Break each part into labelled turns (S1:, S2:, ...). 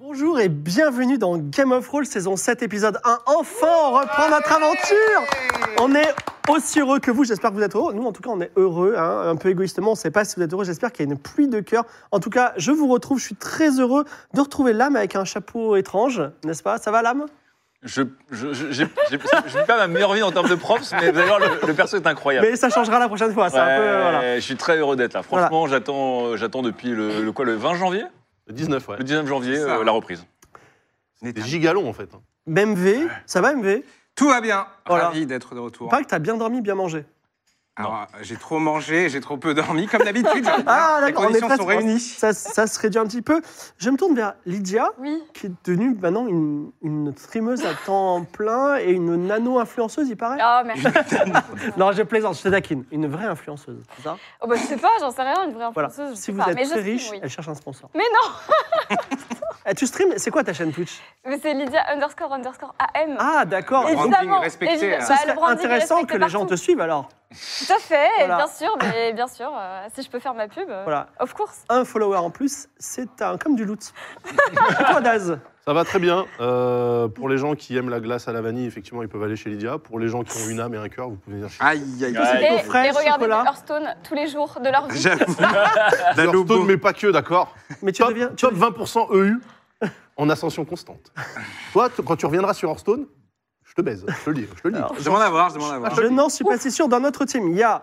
S1: Bonjour et bienvenue dans Game of Roll saison 7 épisode 1. Enfin, on reprend notre aventure On est aussi heureux que vous, j'espère que vous êtes heureux. Nous, en tout cas, on est heureux, hein, un peu égoïstement, on ne sait pas si vous êtes heureux, j'espère qu'il y a une pluie de cœur. En tout cas, je vous retrouve, je suis très heureux de retrouver l'âme avec un chapeau étrange, n'est-ce pas Ça va l'âme
S2: Je je je- j'ai- j'ai- je vis pas ma meilleure vie en termes de props, mais vous allez voir, le, le perso est incroyable.
S1: Mais ça changera la prochaine fois, c'est un peu...
S2: Ouais,
S1: voilà.
S2: Je suis très heureux d'être là. Franchement, j'attends, euh, j'attends depuis le, le quoi, le 20 janvier,
S3: Le 19, ouais.
S2: le 19 janvier,
S4: C'est ça.
S2: euh, la reprise.
S3: Des gigalons, en fait.
S1: MV, ça va MV
S4: Tout va bien.
S1: Voilà.
S4: Ravi d'être de retour.
S1: Pas que t'as bien dormi, bien mangé.
S4: Alors, euh, j'ai trop mangé, j'ai trop peu dormi, comme d'habitude. j'ai envie de dire.
S1: Ah,
S4: Les
S1: d'accord, on est
S4: conditions
S1: presque-
S4: sont réunies.
S1: Ça, ça se réduit un petit peu. Je me tourne vers Lydia,
S5: Oui,
S1: qui est devenue maintenant une, une streameuse à temps plein et une nano-influenceuse, il paraît.
S5: ah merci.
S1: Non, je plaisante, je te taquine. Une vraie influenceuse, c'est ça
S5: Oh, bah, je sais pas, j'en sais rien, une vraie
S1: Voilà.
S5: influenceuse. je
S1: Si
S5: sais
S1: vous
S5: pas.
S1: êtes
S5: mais je
S1: très
S5: stream,
S1: riche,
S5: oui.
S1: elle cherche un sponsor.
S5: Mais non,
S1: Eh, tu streames, c'est quoi ta chaîne Twitch
S5: mais c'est Lydia underscore underscore AM.
S1: Ah, d'accord.
S4: Le
S1: Donc,
S4: branding
S5: Évidemment,
S4: respecté,
S5: évidemment.
S4: hein.
S1: ce
S4: bah,
S5: le
S1: serait
S5: branding
S1: intéressant
S5: respecté
S1: que les gens te
S5: partout.
S1: suivent alors.
S5: Tout à fait,
S1: Voilà.
S5: bien sûr, mais bien sûr, euh, si je peux faire ma pub, euh,
S1: Voilà.
S5: of course.
S1: Un follower en plus, c'est un- comme du loot. Et toi, Daz
S3: Ça va très bien. Euh, pour les gens qui aiment la glace à la vanille, effectivement, ils peuvent aller chez Lydia. Pour les gens qui ont une âme et un cœur, vous pouvez venir chez
S4: Aïe, aïe,
S2: Ouais.
S4: aïe.
S5: Et,
S1: frais,
S5: et regardez
S1: chocolat.
S5: Hearthstone tous les jours de leur vie.
S4: J'avoue.
S3: La
S4: Lobo.
S3: mais pas que, d'accord
S1: Mais tu
S3: Top,
S1: reviens.
S3: top 20% EU E en ascension constante. Toi, t- quand tu reviendras sur Hearthstone, je te baise. Je te le dis. Je te le dis.
S4: Je demande à voir, je demande
S3: Ah,
S4: à voir.
S1: Je n'en suis pas si sûr. Dans notre team, il y a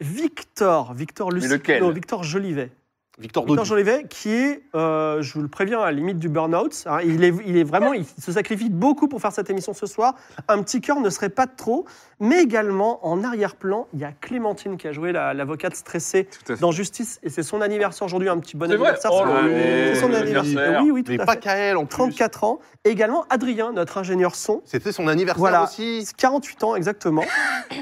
S1: Victor, Victor Lucie,
S2: lequel
S1: non, Victor Jolivet.
S3: Victor
S1: Victor
S3: Dodi.
S1: Jolivet, qui est, euh, je vous le préviens, à la limite du burn-out. hein. il, est, il est vraiment, il se sacrifie beaucoup pour faire cette émission ce soir. Un petit cœur ne serait pas trop. Mais également, en arrière-plan, il y a Clémentine qui a joué la- l'avocate stressée
S4: Tout à fait.
S1: dans Justice. Et c'est son anniversaire aujourd'hui. Un petit bon
S2: C'est vrai
S1: anniversaire.
S2: Oh
S1: c'est-
S2: là
S4: oui,
S1: c'est
S2: là,
S1: son
S2: bon
S1: anniversaire. Oui, oui, tout
S3: Mais
S1: à
S3: pas
S1: fait.
S3: qu'à elle, en plus.
S1: 34 ans. Et également Adrien, notre ingénieur son,
S3: C'était son anniversaire
S1: Voilà.
S3: aussi.
S1: 48 ans exactement.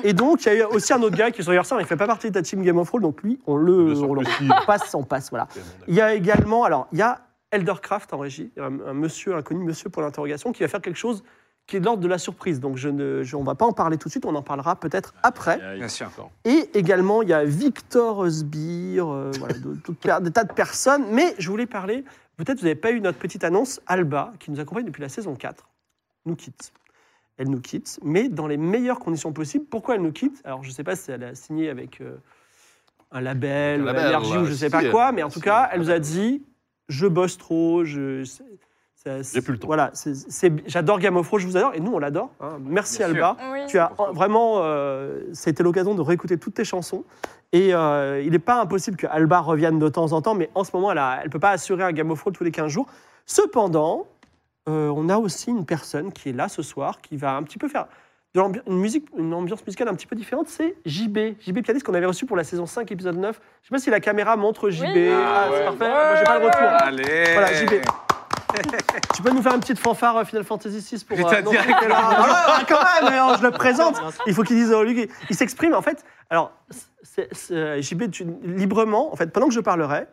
S1: Et donc, il y a eu aussi un autre gars qui est sur hier soir, il fait pas partie de ta team Game of Thrones, donc lui, on le,
S3: Le sort
S1: on le-
S3: aussi.
S1: on passe, on passe, voilà. Il y a également, alors, il y a Eldercraft en régie, un, un monsieur inconnu, monsieur pour l'interrogation, qui va faire quelque chose qui est de l'ordre de la surprise. Donc, je ne, je- on va pas en parler tout de suite, on en parlera peut-être après.
S4: Bien sûr.
S1: Et également, il y a Victor Sbire, euh, voilà, de- tout- per- des tas de personnes. Mais je voulais parler, peut-être vous n'avez pas eu notre petite annonce, Alba, qui nous accompagne depuis la saison 4, nous quitte. Elle nous quitte, mais dans les meilleures conditions possibles. Pourquoi elle nous quitte Alors, je ne sais pas si elle a signé avec euh, un label,
S3: Un
S1: ou
S3: label,
S1: allergie ou je ne
S3: euh,
S1: sais
S3: si,
S1: pas
S3: elle-
S1: quoi, mais en tout
S3: si,
S1: cas,
S3: elle-
S1: elle nous a dit je bosse trop, je. c'est- ça- c'est-
S3: plus le temps.
S1: Voilà, c'est- c'est- j'adore Game of Thrones, je vous adore, et nous, on l'adore. hein. Merci,
S4: Bien sûr.
S1: Alba.
S5: Oui.
S1: Tu as oh,
S4: Pour toi.
S1: vraiment, euh, c'était l'occasion de réécouter toutes tes chansons. Et euh, il n'est pas impossible que Alba revienne de temps en temps, mais en ce moment, elle ne peut pas assurer un Game of Thrones tous les 15 jours. Cependant, euh, on a aussi une personne qui est là ce soir, qui va un petit peu faire de l'ambi- une, musique, une ambiance musicale un petit peu différente. C'est JB, JB Pianiste qu'on avait reçu pour la saison 5, épisode 9. Je ne sais pas si la caméra montre JB.
S5: Oui.
S1: Ah,
S4: Ah
S1: c'est
S4: ouais. Ah,
S1: parfait. Moi, j'ai pas le retour.
S4: Allez.
S1: Voilà, j'y vais. Tu peux nous faire une petite fanfare euh, Final Fantasy VI pour
S4: Je t'ai
S1: annoncer
S4: dit.
S1: qu'elle a- Non, non, quand même, alors, je le présente. Il faut qu'il dise au Luc. Il s'exprime, en fait. Alors, c'est- c'est- JB, tu- librement, en fait, pendant que je parlerai,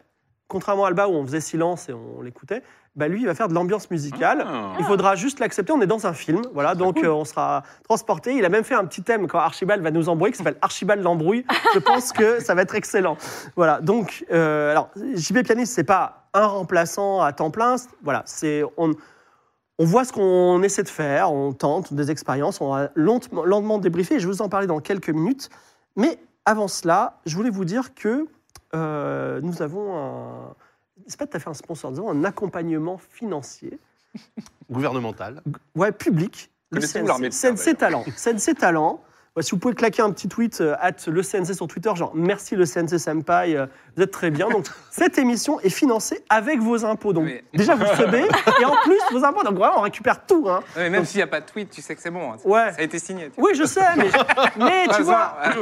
S1: contrairement à Alba où on faisait silence et on l'écoutait, bah lui, il va faire de l'ambiance musicale.
S4: Ah.
S1: Il faudra juste l'accepter. On est dans un film, voilà, donc euh, on sera transporté. Il a même fait un petit thème quand Archibald va nous embrouiller, qui s'appelle Archibald l'embrouille. Je pense que ça va être excellent. Voilà. Donc, euh, alors JB pianiste, c'est pas un remplaçant à temps plein. c'est- Voilà, c'est on. On voit ce qu'on essaie de faire, on tente des expériences, on va lentement, lentement débriefer, et je vais vous en parler dans quelques minutes. Mais avant cela, je voulais vous dire que euh, nous avons un... C'est pas tout à fait un sponsor, nous avons un accompagnement financier
S3: Gouvernemental.
S1: ouais, public, le
S2: Connaissez-vous
S1: CNC,
S2: l'armée de terre,
S1: CNC Talent. CNC Talent, Ouais, si vous pouvez claquer un petit tweet euh, at le CNC sur Twitter, genre merci le CNC Senpai, euh, vous êtes très bien. Donc cette émission est financée avec vos impôts. Donc
S4: Mais-
S1: déjà vous subez et en plus vos impôts. Donc vraiment on récupère tout. Hein.
S4: Non, mais même s'il n'y a pas de tweet, tu sais que c'est bon. hein.
S1: Ouais.
S4: Ça a été signé. tu
S1: Oui, je sais, mais, mais
S4: vois.
S1: tu
S4: Au
S1: vois,
S4: hasard.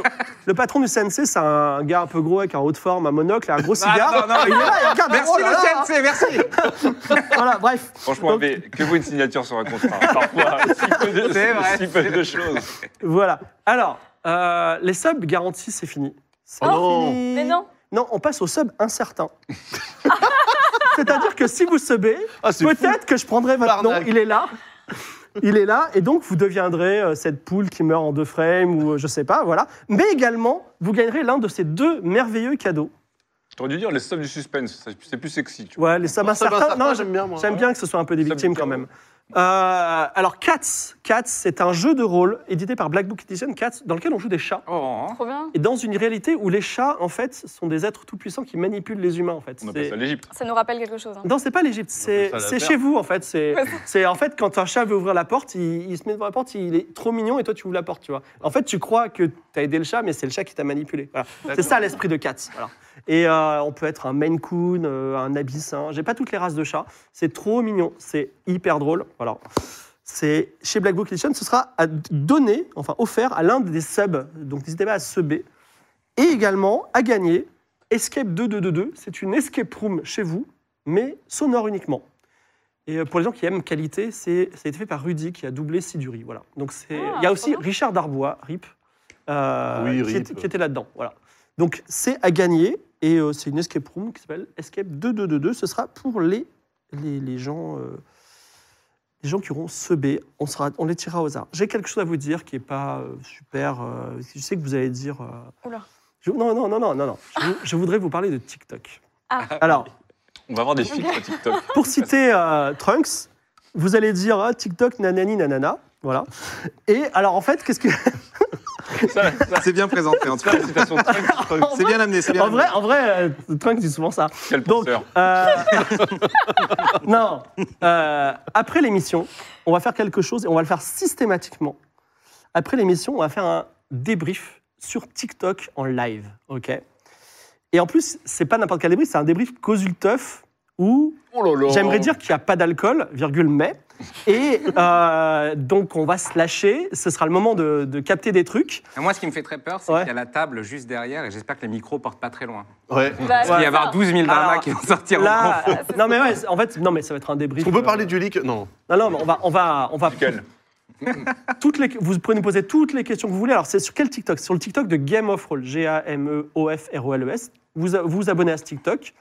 S1: le patron du CNC, c'est un gars un peu gros avec un haut de forme, un monocle, un gros cigare.
S4: Ah, non, non,
S1: il est là, il regarde,
S4: Merci
S1: oh là là.
S4: le CNC, merci.
S1: Voilà, bref.
S2: Franchement,
S1: Donc-
S2: Hervé, que vaut une signature sur un contrat Parfois, si peu de,
S4: C'est vrai.
S2: si peu de choses.
S1: Voilà. Alors, euh, les subs garantis, c'est fini. C'est
S5: Oh
S3: non.
S1: fini.
S5: Mais non.
S1: Non, on passe au sub incertain. C'est-à-dire que si vous subez,
S3: Ah, c'est fou.
S1: peut-être que je prendrai votre nom.
S3: L'arnaque.
S1: Il est là. Il est là. Et donc, vous deviendrez euh, cette poule qui meurt en deux frames ou euh, je sais pas, voilà. Mais également, vous gagnerez l'un de ces deux merveilleux cadeaux.
S2: J'aurais dû dire les sommes du suspense, ça- c'est plus sexy. Tu vois.
S1: Ouais, les subs
S3: Non, Ah, ça va,
S1: incertains.
S3: ça
S1: Non,
S3: va,
S1: j'aime
S3: j'aime bien, moi.
S1: j'aime bien que ce soit un peu des
S2: Sub
S1: victimes quand
S2: incertain.
S1: même. Euh, alors, Cats, Cats, c'est un jeu de rôle édité par Black Book Edition, Cats, dans lequel on joue des chats.
S4: Oh,
S5: Trop bien.
S1: Et dans une réalité où les chats, en fait, sont des êtres tout-puissants qui manipulent les humains, en fait.
S2: On appelle
S1: C'est-
S2: ça l'Égypte.
S5: Ça nous rappelle quelque chose. hein.
S1: Non, c'est pas l'Égypte, c'est
S3: appelle ça la
S1: c'est
S3: terre.
S1: chez vous, en fait. C'est c'est- en fait quand un chat veut ouvrir la porte, il, il se met devant la porte, il est trop mignon et toi tu ouvres la porte, tu vois. En fait, tu crois que t'as aidé le chat, mais c'est le chat qui t'a manipulé. Voilà. C'est ça l'esprit de Katz. Voilà. Et euh, on peut être un Maine Coon, euh, un abyssin. J'ai pas toutes les races de chats. C'est trop mignon, c'est hyper drôle. Voilà. C'est chez Black Book Edition, ce sera à donner, enfin offert à l'un des subs. Donc n'hésitez pas à subber. Et également à gagner Escape 2222. C'est une escape room chez vous, mais sonore uniquement. Et euh, pour les gens qui aiment qualité, c'est ça a été fait par Rudy qui a doublé Siduri. Voilà. Donc c'est
S5: Ah,
S1: il y a
S5: trop
S1: aussi
S5: bien.
S1: Richard Darbois, RIP, euh,
S3: Oui,
S1: qui,
S3: RIP.
S1: était, qui était là-dedans. Voilà. Donc c'est à gagner et euh, c'est une escape room qui s'appelle Escape 2222. Ce sera pour les les, les gens. euh, les gens qui auront ce B, on, sera, on les tirera au hasard. J'ai quelque chose à vous dire qui n'est pas euh, super. euh, je sais que vous allez dire. euh,
S5: Oula.
S1: je- non, non, non, non, non, non. Je, je voudrais vous parler de TikTok.
S5: Ah.
S1: Alors,
S2: On va avoir des filtres sur TikTok.
S1: pour citer euh, Trunks, vous allez dire ah, TikTok, nanani, nanana. Voilà. Et alors, en fait, qu'est-ce que.
S2: Ça, ça,
S4: C'est bien présenté, en tout cas.
S2: c'est ta son truc,
S4: C'est bien amené, c'est bien
S1: En
S4: amené.
S1: vrai, en vrai euh, Trunks dit souvent ça.
S2: quel
S1: Donc,
S2: penseur.
S1: euh, non. euh, après l'émission, on va faire quelque chose et on va le faire systématiquement. Après l'émission, on va faire un débrief sur TikTok en live, ok Et en plus, c'est pas n'importe quel débrief, c'est un débrief Cosulteuf où
S2: Oh
S1: j'aimerais dire qu'il n'y a pas d'alcool, virgule mais. Et euh, donc on va se lâcher. Ce sera le moment de, de capter des trucs.
S4: Moi, ce qui me fait très peur, c'est
S1: Ouais.
S4: qu'il y a la table juste derrière et j'espère que les micros portent pas très loin.
S3: Ouais.
S5: Bah,
S4: Il va y
S5: c'est
S4: avoir
S5: ça.
S4: 12 000 dramas
S1: Alors,
S4: qui vont sortir en
S1: Là,
S4: gros.
S1: non mais ouais, en fait, non mais ça va être un débrief.
S3: On peut
S1: euh,
S3: parler du leak Non.
S1: Non, non, mais on va, on va, on va.
S2: Duquel
S1: Toutes les, vous pouvez nous poser toutes les questions que vous voulez. Alors, c'est sur quel TikTok Sur le TikTok de Game of Roll, E G-A-M-E-O-F-R-O-L-E-S. Vous a- vous vous abonnez à ce TikTok.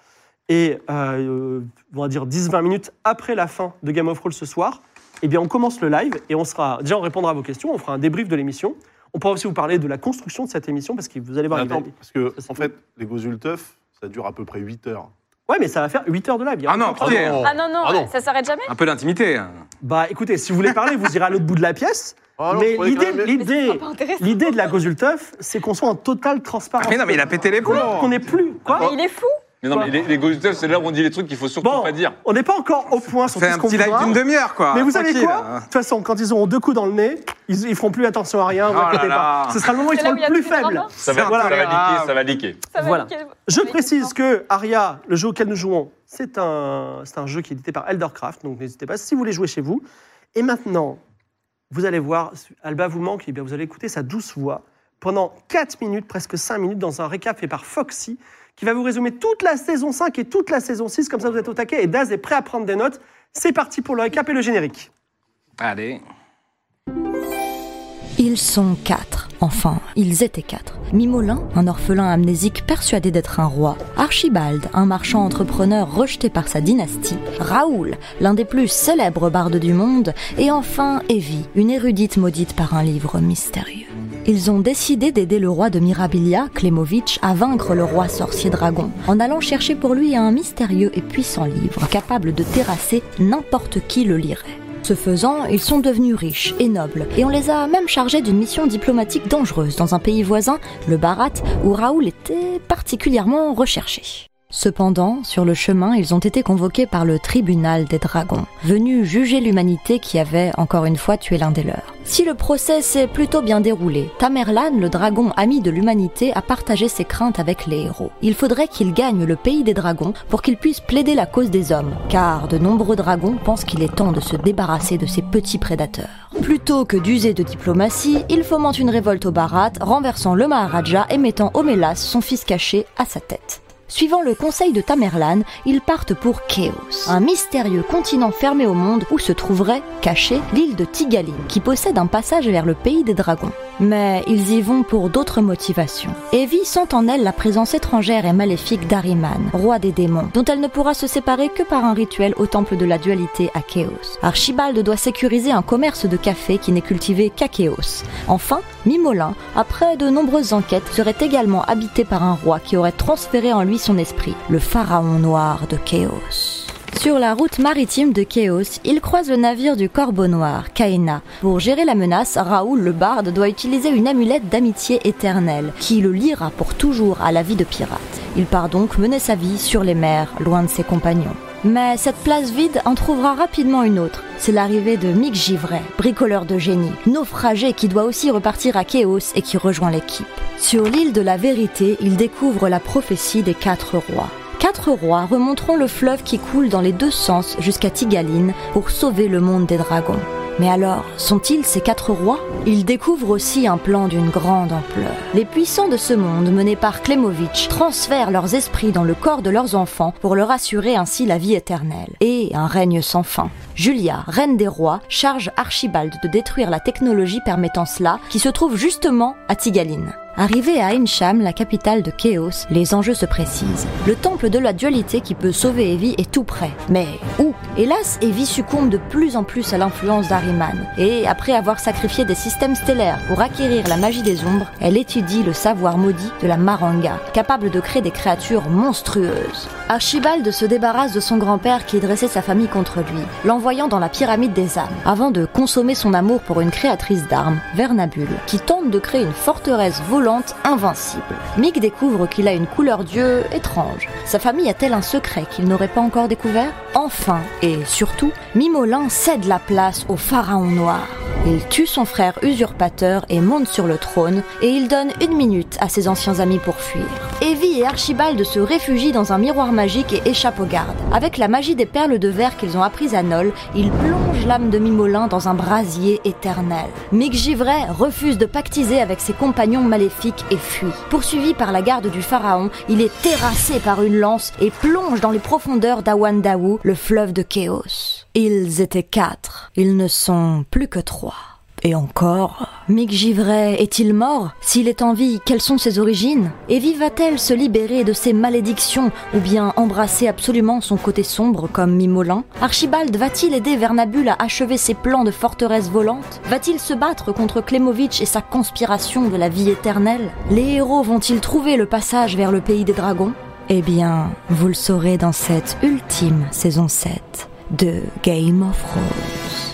S1: Et, euh, euh, on va dire, 10-20 minutes après la fin de Game of Roll ce soir, eh bien, on commence le live et on sera. Déjà, on répondra à vos questions, on fera un débrief de l'émission. On pourra aussi vous parler de la construction de cette émission parce que vous allez voir.
S3: Attends,
S1: il va-
S3: parce que,
S1: c'est
S3: en
S1: fou.
S3: fait, les Gozulteuf, ça dure à peu près 8 heures.
S1: Ouais, mais ça va faire 8 heures de live. hein. il y a
S4: Ah non,
S1: encore-
S4: Pierre,
S5: Ah non, non,
S3: Ah non.
S5: ça s'arrête jamais.
S4: un peu d'intimité. hein.
S1: Bah écoutez, si vous voulez parler, vous irez à l'autre bout de la pièce.
S3: Ah non, je
S1: mais
S3: croyais
S1: l'idée,
S3: quand même-
S5: Mais c'est
S1: l'idée,
S5: pas intéressant.
S1: l'idée de la Gozulteuf, c'est qu'on soit en totale transparence.
S4: Mais non, mais il a pété les
S1: Quoi
S4: plombs.
S1: Qu'on n'est plus.
S5: Mais
S1: Quoi
S5: il est fou.
S2: Mais
S4: Bah.
S2: non, mais les, les Ghost Devs, c'est là où on dit les trucs qu'il faut surtout
S1: Bon,
S2: pas dire.
S1: on n'est pas encore au point sur tout
S4: C'est
S1: ce
S4: un
S1: qu'on
S4: petit live
S1: voudra.
S4: d'une demi-heure, quoi.
S1: Mais vous savez
S4: Tranquille,
S1: quoi De
S4: hein.
S1: toute façon, quand ils auront deux coups dans le nez, ils, ils feront plus attention à rien, vous
S4: Oh là
S1: inquiétez pas.
S4: là.
S1: Ce sera le moment où ils
S5: C'est là
S1: seront
S5: où il
S1: le
S5: y a
S1: plus
S5: tous les
S1: faibles.
S5: dramas.
S2: Ça va,
S1: Voilà.
S2: ça va
S3: ah,
S2: liquer, ça va liquer.
S5: Ça va
S1: Voilà.
S5: nickel.
S1: Je
S5: Ça va
S1: précise
S5: nickel.
S1: que Aria, le jeu auquel nous jouons, c'est un, c'est un jeu qui est édité par Eldercraft, donc n'hésitez pas si vous voulez jouer chez vous. Et maintenant, vous allez voir, Alba vous manque, et bien vous allez écouter sa douce voix pendant 4 minutes, presque 5 minutes, dans un récap fait par Foxy, qui va vous résumer toute la saison 5 et toute la saison 6, comme ça vous êtes au taquet, et Daz est prêt à prendre des notes. C'est parti pour le récap et le générique.
S4: Allez.
S6: Ils sont quatre. Enfin, ils étaient quatre. Mimolin, un orphelin amnésique persuadé d'être un roi. Archibald, un marchand entrepreneur rejeté par sa dynastie. Raoul, l'un des plus célèbres bardes du monde. Et enfin, Evie, une érudite maudite par un livre mystérieux. Ils ont décidé d'aider le roi de Mirabilia, Klemovitch, à vaincre le roi sorcier dragon, en allant chercher pour lui un mystérieux et puissant livre capable de terrasser n'importe qui le lirait. Ce faisant, ils sont devenus riches et nobles, et on les a même chargés d'une mission diplomatique dangereuse dans un pays voisin, le Barat, où Raoul était particulièrement recherché. Cependant, sur le chemin, ils ont été convoqués par le tribunal des dragons, venu juger l'humanité qui avait, encore une fois, tué l'un des leurs. Si le procès s'est plutôt bien déroulé, Tamerlan, le dragon ami de l'humanité, a partagé ses craintes avec les héros. Il faudrait qu'il gagne le pays des dragons pour qu'il puisse plaider la cause des hommes, car de nombreux dragons pensent qu'il est temps de se débarrasser de ces petits prédateurs. Plutôt que d'user de diplomatie, il fomente une révolte au Bharat, renversant le Maharaja et mettant Omelas, son fils caché, à sa tête. Suivant le conseil de Tamerlan, ils partent pour Chaos, un mystérieux continent fermé au monde où se trouverait cachée l'île de Tigaline, qui possède un passage vers le pays des dragons. Mais ils y vont pour d'autres motivations. Evie sent en elle la présence étrangère et maléfique d'Ariman, roi des démons, dont elle ne pourra se séparer que par un rituel au temple de la dualité à Chaos. Archibald doit sécuriser un commerce de café qui n'est cultivé qu'à Chaos. Enfin, Mimolin, après de nombreuses enquêtes, serait également habité par un roi qui aurait transféré en lui son esprit, le pharaon noir de Chaos. Sur la route maritime de Chaos, il croise le navire du Corbeau Noir, Kaena. Pour gérer la menace, Raoul le barde doit utiliser une amulette d'amitié éternelle, qui le liera pour toujours à la vie de pirate. Il part donc mener sa vie sur les mers, loin de ses compagnons. Mais cette place vide en trouvera rapidement une autre. C'est l'arrivée de Mick Givray, bricoleur de génie, naufragé qui doit aussi repartir à Chaos et qui rejoint l'équipe. Sur l'île de la vérité, il découvre la prophétie des quatre rois. Quatre rois remonteront le fleuve qui coule dans les deux sens jusqu'à Tigaline pour sauver le monde des dragons. Mais alors, sont-ils ces quatre rois Ils découvrent aussi un plan d'une grande ampleur. Les puissants de ce monde, menés par Klemovitch, transfèrent leurs esprits dans le corps de leurs enfants pour leur assurer ainsi la vie éternelle et un règne sans fin. Julia, reine des rois, charge Archibald de détruire la technologie permettant cela, qui se trouve justement à Tigaline. Arrivé à Ensham, la capitale de Chaos, les enjeux se précisent. Le temple de la dualité qui peut sauver Evie est tout près. Mais où Hélas, Evie succombe de plus en plus à l'influence d'Ariman. Et après avoir sacrifié des systèmes stellaires pour acquérir la magie des ombres, elle étudie le savoir maudit de la Maranga, capable de créer des créatures monstrueuses. Archibald se débarrasse de son grand-père qui dressait sa famille contre lui, l'envoyant dans la pyramide des âmes, avant de consommer son amour pour une créatrice d'armes, Vernabule, qui tente de créer une forteresse volante invincible. Mick découvre qu'il a une couleur d'yeux étrange. Sa famille a-t-elle un secret qu'il n'aurait pas encore découvert Enfin, et surtout, Mimolin cède la place au pharaon noir. Il tue son frère usurpateur et monte sur le trône, et il donne une minute à ses anciens amis pour fuir. Evie et Archibald se réfugient dans un miroir magique et échappent aux gardes. Avec la magie des perles de verre qu'ils ont apprises à Nol, ils plongent l'âme de Mimolin dans un brasier éternel. Mick Givray refuse de pactiser avec ses compagnons maléfiques et fuit. Poursuivi par la garde du pharaon, il est terrassé par une lance et plonge dans les profondeurs d'Awandawu, le fleuve de Chaos. Ils étaient quatre, ils ne sont plus que trois. Et encore, Mick Givray est-il mort S'il est en vie, quelles sont ses origines Evie va-t-elle se libérer de ses malédictions ou bien embrasser absolument son côté sombre comme Mimolin Archibald va-t-il aider Vernabule à achever ses plans de forteresse volante Va-t-il se battre contre Klemovitch et sa conspiration de la vie éternelle Les héros vont-ils trouver le passage vers le pays des dragons Eh bien, vous le saurez dans cette ultime saison 7 de Game of Thrones.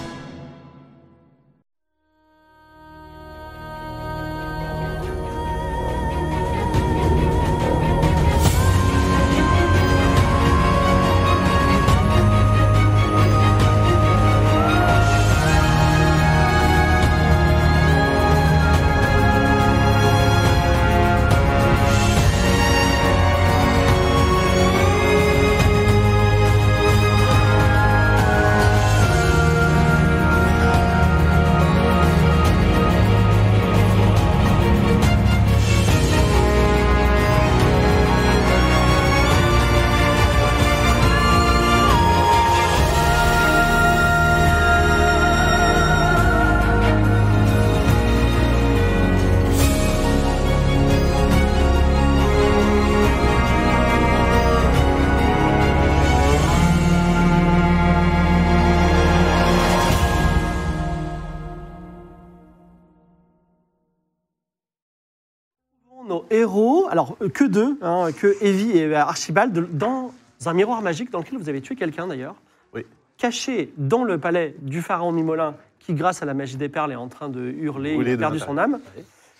S1: nos héros, alors euh, que deux, hein, que Evie et euh, Archibald, de- dans un miroir magique dans lequel vous avez tué quelqu'un d'ailleurs,
S3: Oui.
S1: caché dans le palais du pharaon Mimolin, qui grâce à la magie des perles est en train de hurler,
S3: Brûler
S1: il a
S3: de
S1: perdu
S3: l'intérieur.
S1: son âme.